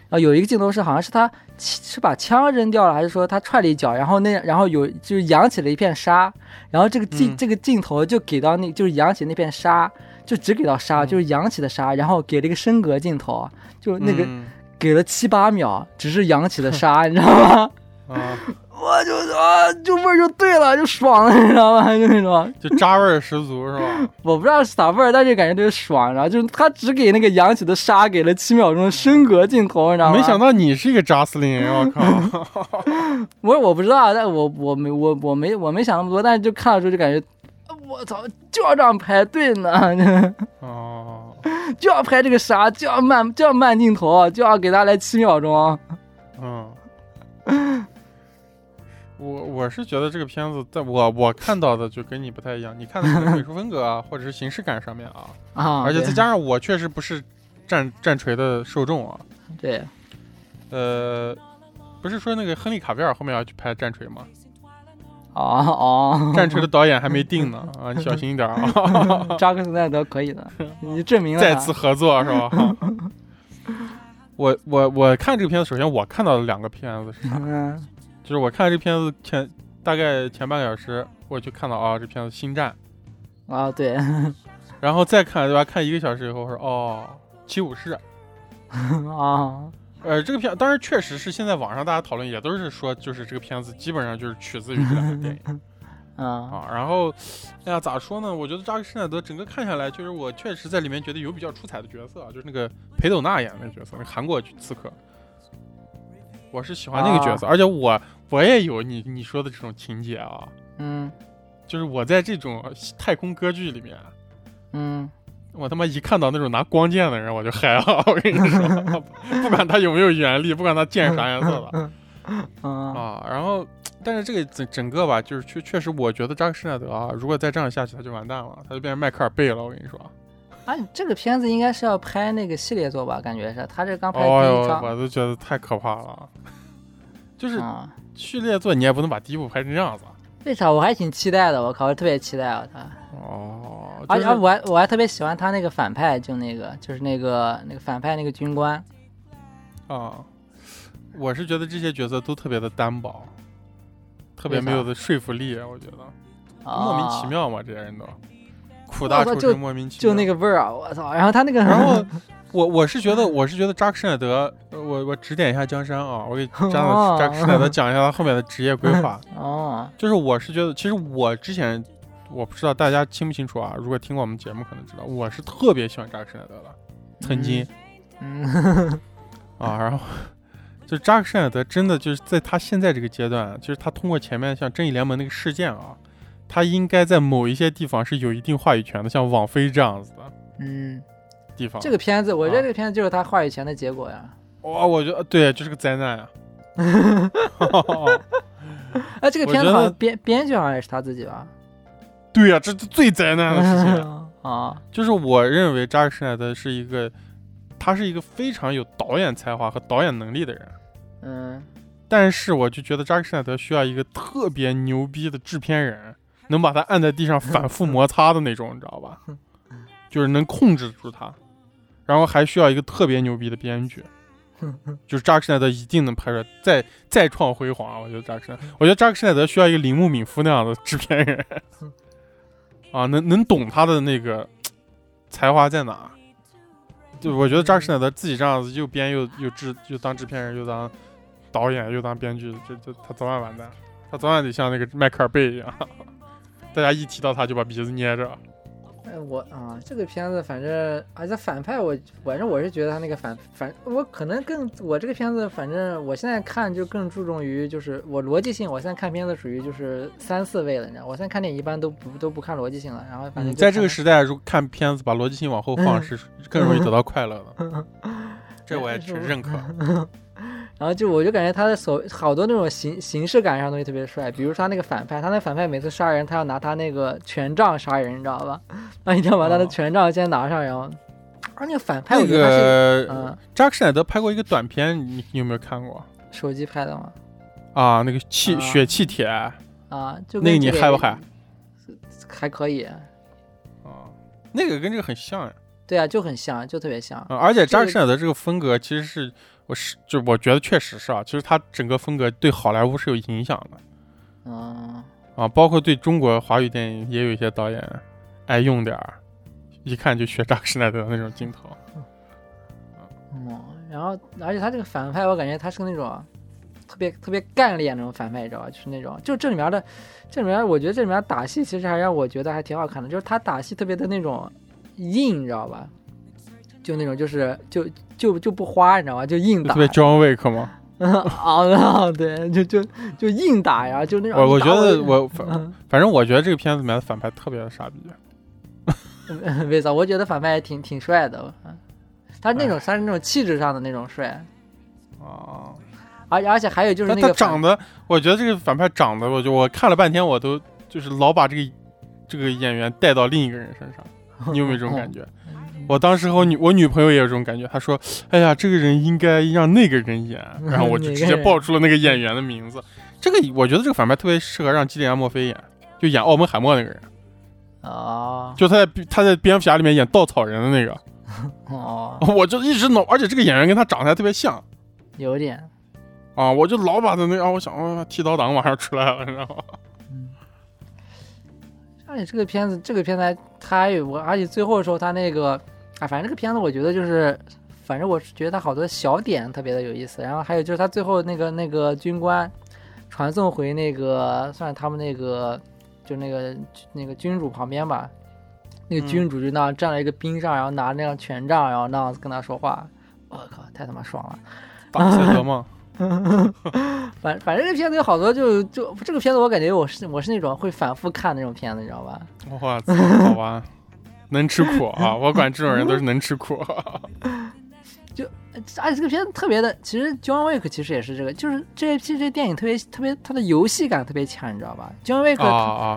然后有一个镜头是好像是她是把枪扔掉了，还是说她踹了一脚，然后那然后有就是扬起了一片沙，然后这个镜、
嗯
这个镜头就给到那就是扬起那片沙。就只给到沙，
嗯
就是扬起的沙，然后给了一个升格镜头，就那个
嗯
给了七八秒，只是扬
<laughs>
起的沙，你知道吗？
啊，
我就啊，就味儿就对了，就爽了，你知道吗？ <laughs> 就那种，
就渣味儿十足是吧？
我不 <laughs> 知道是啥味儿，但是感觉特别爽。然后就是他只给那个扬起的沙给了七秒钟的升格镜头，你知道吗？
没想
到，
到你是一个扎斯林，我
<laughs>
靠！
我我不知道，但我我没我我没我没想那么多，但是就看到之后就感觉，呃我操，就要这样拍，对呢， <laughs>
哦，
就要拍这个沙，就要慢就要慢镜头，就要给他来七秒钟。
嗯，
嗯
<laughs> 我我是觉得这个片子在我我看到的就跟你不太一样，你看的可
<laughs>
能美术风格啊，或者是形式感上面啊，
啊，
<laughs> 而且
对
再加上我确实不是战战锤的受众啊，
对，
呃，不是说那个亨利卡维尔后面要去拍战锤吗？
哦哦，
战锤的导演还没定呢啊，你小心一
<laughs>
点啊！
扎克斯奈德可以
<laughs>
的，你证明了
再
他
次合作是吧？ <laughs> 我我我看这个片子，首先我看到的两个片子是啥？
<laughs> 嗯
就是我看这片子前大概前半个小时，我就看到啊这片子《星战
啊，对，》， <laughs>
然后再看对吧？看一个小时以后，我说哦《七武士》。
啊。
呃，这个片当然确实是现在网上大家讨论也都是说，就是这个片子基本上就是取自于这两个电影。
嗯
啊，然后，哎呀，咋说呢？我觉得扎克施耐德整个看下来，就是我确实在里面觉得有比较出彩的角色啊，就是那个裴斗娜演的那个角色，那个韩国刺客，我是喜欢那个角色，而且我我也有你你说的这种情节啊，
嗯
就是我在这种太空歌剧里面，
嗯，
我他妈一看到那种拿光剑的人，我就嗨了，我跟你说， <laughs> 不管他有没有原力，不管他剑是啥颜色的，
嗯
啊，然后但是这个整整个吧，就是确确实，我觉得扎克施耐德啊，如果再这样下去，他就完蛋了，他就变成迈克尔贝了。我跟你说，
啊，这个片子应该是要拍那个系列作吧？感觉是，他这刚拍第
哦
一
呦，
章，
我都觉得太可怕了。就是
啊，
序列作，你也不能把第一部拍成这样子啊。
为啥我还挺期待的？我靠，我特别期待啊他，
哦，
而
就
且
是
啊我还我还特别喜欢他那个反派，就那个就是那个那个反派那个军官，
啊，我是觉得这些角色都特别的单薄，特别
为啥
没有的说服力，啊我觉得莫
莫
名其，妙嘛，这些人都苦大
我
仇
就
深，莫名其妙。
哦就那个味儿啊！我操，然后他那个，
然后我我是觉得我是觉得扎克施耐德，呃我我指点一下江山啊，我给扎克
哦
扎克施耐德讲一下他后面的职业规
<laughs>
划。
<laughs> 哦，
就是我是觉得，其实我之前我不知道大家清不清楚啊，如果听过我们节目可能知道，我是特别喜欢扎克施耐德的，曾经、
嗯，
啊，然后。就扎克施耐德真的就是在他现在这个阶段，啊就是他通过前面像正义联盟那个事件啊，他应该在某一些地方是有一定话语权的，像网飞这样子的
嗯，
地方。
这个片子，我觉得
啊
这个片子就是他话语权的结果呀。
哇、我觉得对，就是个灾难啊！ <laughs>
哎，这个
我
片子
觉
好
得
像编编剧好像也是他自己吧？
对啊呀、这 <laughs> 是最灾难的
<laughs>
事情。
啊，
就是我认为扎克施耐德是一个，他是一个非常有导演才华和导演能力的人，
嗯。
但是我就觉得扎克施耐德需要一个特别牛逼的制片人，能把他按在地上反复摩擦的那种，你知道吧？就是能控制住他，然后还需要一个特别牛逼的编剧。就是扎克施耐德一定能拍出来，再再创辉煌啊。我觉得扎克施耐，我觉得扎克施耐德需要一个铃木敏夫那样的制片人，啊，能能懂他的那个才华在哪。就我觉得扎克施耐德自己这样子又编又又制又当制片人又当导演又当编剧，这这他早晚完蛋，他早晚得像那个迈克尔贝一样， <laughs> 大家一提到他就把鼻子捏着。
哎，我啊，这个片子反正啊，这反派我反正我是觉得他那个反反，我可能更我这个片子反正我现在看就更注重于就是我逻辑性，我现在看片子属于就是三四位了，你知道，我现在看电影一般都不都不看逻辑性了，然后反正
嗯，
就
在这个
看
时代，如果看片子把逻辑性往后放
嗯
是更容易得到快乐的，这我也
但是我
是认可。
然后就我就感觉他的所好多那种形形式感上的东西特别帅，比如他那个反派，他那反派每次杀人，他要拿他那个权杖杀人，你知道吧？ <laughs> 他一定要把他的
哦
权杖先拿上，然后，而那个反派
那
我觉得他是、
个
嗯
扎克施奈德拍过一个短片，你你有没有看过
手机拍的嘛，
啊？那个气
啊
血气铁，
啊，就跟
那个你
这
嗨不嗨？
还可以，
啊，那个跟这个很像呀。
对啊，就很像，就特别像。
啊而且
这
扎
个
克施奈德这个风格其实是，我是就我觉得确实是啊，其实他整个风格对好莱坞是有影响的
嗯，
啊，包括对中国华语电影也有一些导演爱用点儿，一看就学扎克施奈德的那种镜头。
嗯，然后而且他这个反派，我感觉他是那种特别特别干练那种反派，你知道吧？就是那种，就这里面的，这里面我觉得这里面打戏其实还让我觉得还挺好看的，就是他打戏特别的那种硬，你知道吧？就那种就是就就就不花，你知道吧？就硬
特
打，
别 John Wick 吗？
嗯 <laughs> 啊，对，就就就硬打，然后就那种
我我
你
觉
嗯打我
得
就
我反
嗯
反正我觉得这个片子里面的反派特别的傻逼。
<laughs> 嗯为啥？我觉得反派也挺挺帅的，嗯他是那
哎
种他是那种气质上的那种帅，
啊，
而而且还有就是
但
那
他
个反
长得，我觉得这个反派长得，我就我看了半天，我都就是老把这个这个演员带到另一个人身上，你有没有这种感觉？我当时和我女我女朋友也有这种感觉，她说：“哎呀，这个人应该让那个人
<laughs>
演。”然后我就直接报出了那个演员的名字。这个我觉得这个反派特别适合让基里安·墨菲演，就演奥本海默那个人，
哦
就他在他在蝙蝠侠里面演稻草人的那个，
哦，
<laughs> 我就一直脑，而且这个演员跟他长得还特别像。
有点，
啊，我就老把他那啊，我想啊，剃刀党马上出来了，你知道吗？ <laughs>
而哎且这个片子这个片子还他还有我，而且最后的时候他那个啊，反正这个片子我觉得就是，反正我是觉得他好多小点特别的有意思，然后还有就是他最后那个那个军官传送回那个算是他们那个就那个那个君主旁边吧，那个
嗯
君主就那样站在一个冰上，然后拿那样权杖，然后那样子跟他说话，我靠，太他妈爽了！
打赛德嘛，
反反正这片子有好多就就这个片子我感觉我是我是那种会反复看的那种片子，你知道吧？
我操，好吧，能吃苦
<laughs>
啊！我管这种人都是能吃苦、
而且这个片子特别的，其实 John Wick 其实也是这个，就是这这这电影特别特别，它的游戏感特别强，你知道吧？John Wick、
啊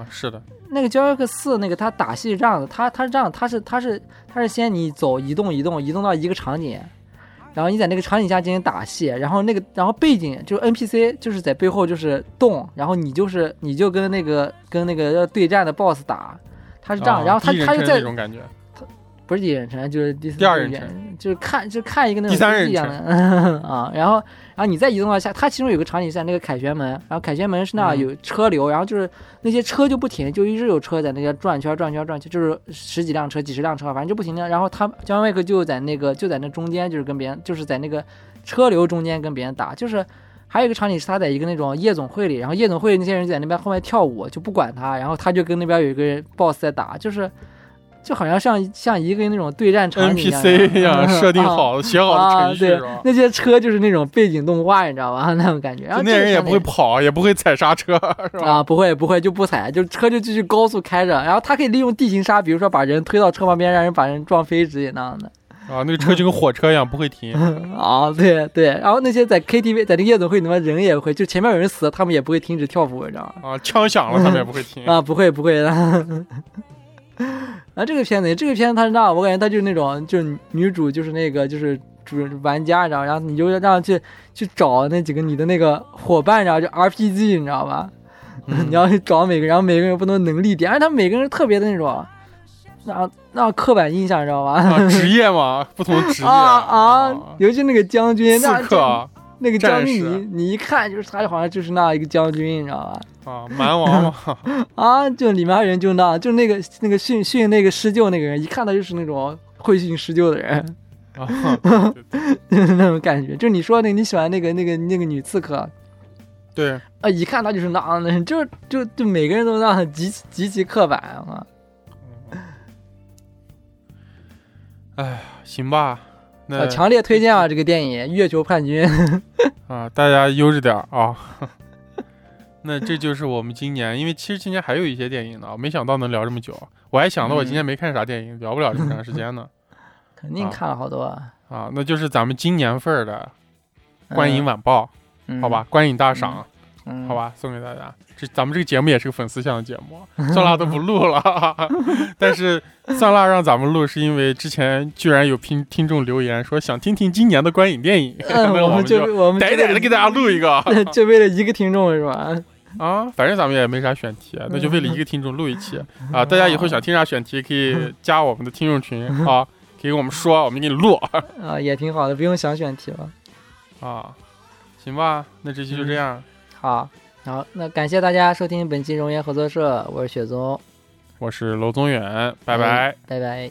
啊！是的，
那个 John Wick 四那个他打戏是这样的，他他是这样，他是他是他是先你走移动移动移动到一个场景，然后你在那个场景下进行打戏，然后那个然后背景就是 NPC 就是在背后就是动，然后你就是你就跟那个跟那个要对战的 BOSS 打，他是这样，
啊
然后他
第一人
他又
称
在
那种感觉，
不是第一人称，就是第
第二人称
称，就是看就是看一个那种
第三人称
一样的 <laughs> 啊。然后然后你再移动到下，它其中有个场景在那个凯旋门，然后凯旋门是那
嗯
有车流，然后就是那些车就不停，就一直有车在那个转圈转圈转圈，就是十几辆车、几十辆车，反正就不停的。然后他姜维克就在那个就在那中间，就是跟别人就是在那个车流中间跟别人打，就是。还有一个场景是他在一个那种夜总会里，然后夜总会那些人就在那边后面跳舞，就不管他，然后他就跟那边有一个人 boss 在打，就是就好像像像一个那种对战场景一样
NPC 一样设定
啊
好的、 <laughs> 写好的
啊
程序
对
是吧？
那些车就是那种背景动画，你知道吧？那种感觉。然后
就那
这个
人也
场
不
景
会跑，也不会踩刹车， <laughs> 是吧？
啊，不会不会就不踩，就车就继续高速开着，然后他可以利用地形刹，比如说把人推到车旁边，让人把人撞飞之类那样的。
啊，那个车就跟火车一样，不会停。
<laughs> 啊，对对，然后那些在 KTV 在那个夜总会里面人也会，就前面有人死了，他们也不会停止跳舞，你知道吗？
啊，枪响了他们也不会停。
啊，不会不会的。 <laughs> 啊，这个片子，这个片子它是那样，我感觉它就是那种，就是女主就是那个就是主玩家，然后然后你就让去去找那几个你的那个伙伴，然后就 RPG，你知道吧？<laughs>
嗯
你要去找每个，然后每个人有不同的能力点，而且他们每个人特别的那种，那那刻板印象，你知道吧？
啊，职业嘛，不同职
<laughs>
业
啊啊！尤其那个将军，那
刺客啊
那个将军，
战士
你你一看就是他，好像就是那一个将军，你知道吧？
啊，蛮王嘛。
啊，就里面还有人就那，就那个那个训训那个施救那个人，一看他就是那种会训施救的人， <laughs>
啊，对对对
就是那种感觉。就你说那个你喜欢那个那个那个女刺客 <laughs>
对，
啊，一看她就是那样的人，就就就每个人都那样极极其刻板啊。
哎，行吧，那
啊强烈推荐啊这个电影《月球叛
<laughs>
军》
啊，大家悠着点儿啊。 <laughs> 那这就是我们今年，因为其实今年还有一些电影呢，没想到能聊这么久。我还想到我
嗯
今年没看啥电影，聊不了这么长时间呢。
肯定看了好多啊。
啊，那就是咱们今年份儿的观影晚报，
嗯
好吧，，观影大赏，
嗯
好，吧，送给大家。这咱们这个节目也是个粉丝向的节
<laughs>
目，算辣都不录了。 <laughs> 但是算辣让咱们录，是因为之前居然有听听众留言说想听听今年的观影电影，
嗯，
<laughs> 那
我
们
们就我们
逮逮的给大家录一个
家， <laughs> 就为了一个听众是吧？
啊！反正咱们也没啥选题，啊那就为了一个听众录一期啊！大家以后想听啥选题，可以加我们的听众群啊，可以跟我们说，我们给你录
啊，也挺好的，不用想选题了。
啊。行吧，那这期就这样，
好，好，那感谢大家收听本期熔岩合作社，我是雪宗，
我是娄宗远，拜拜。
拜拜。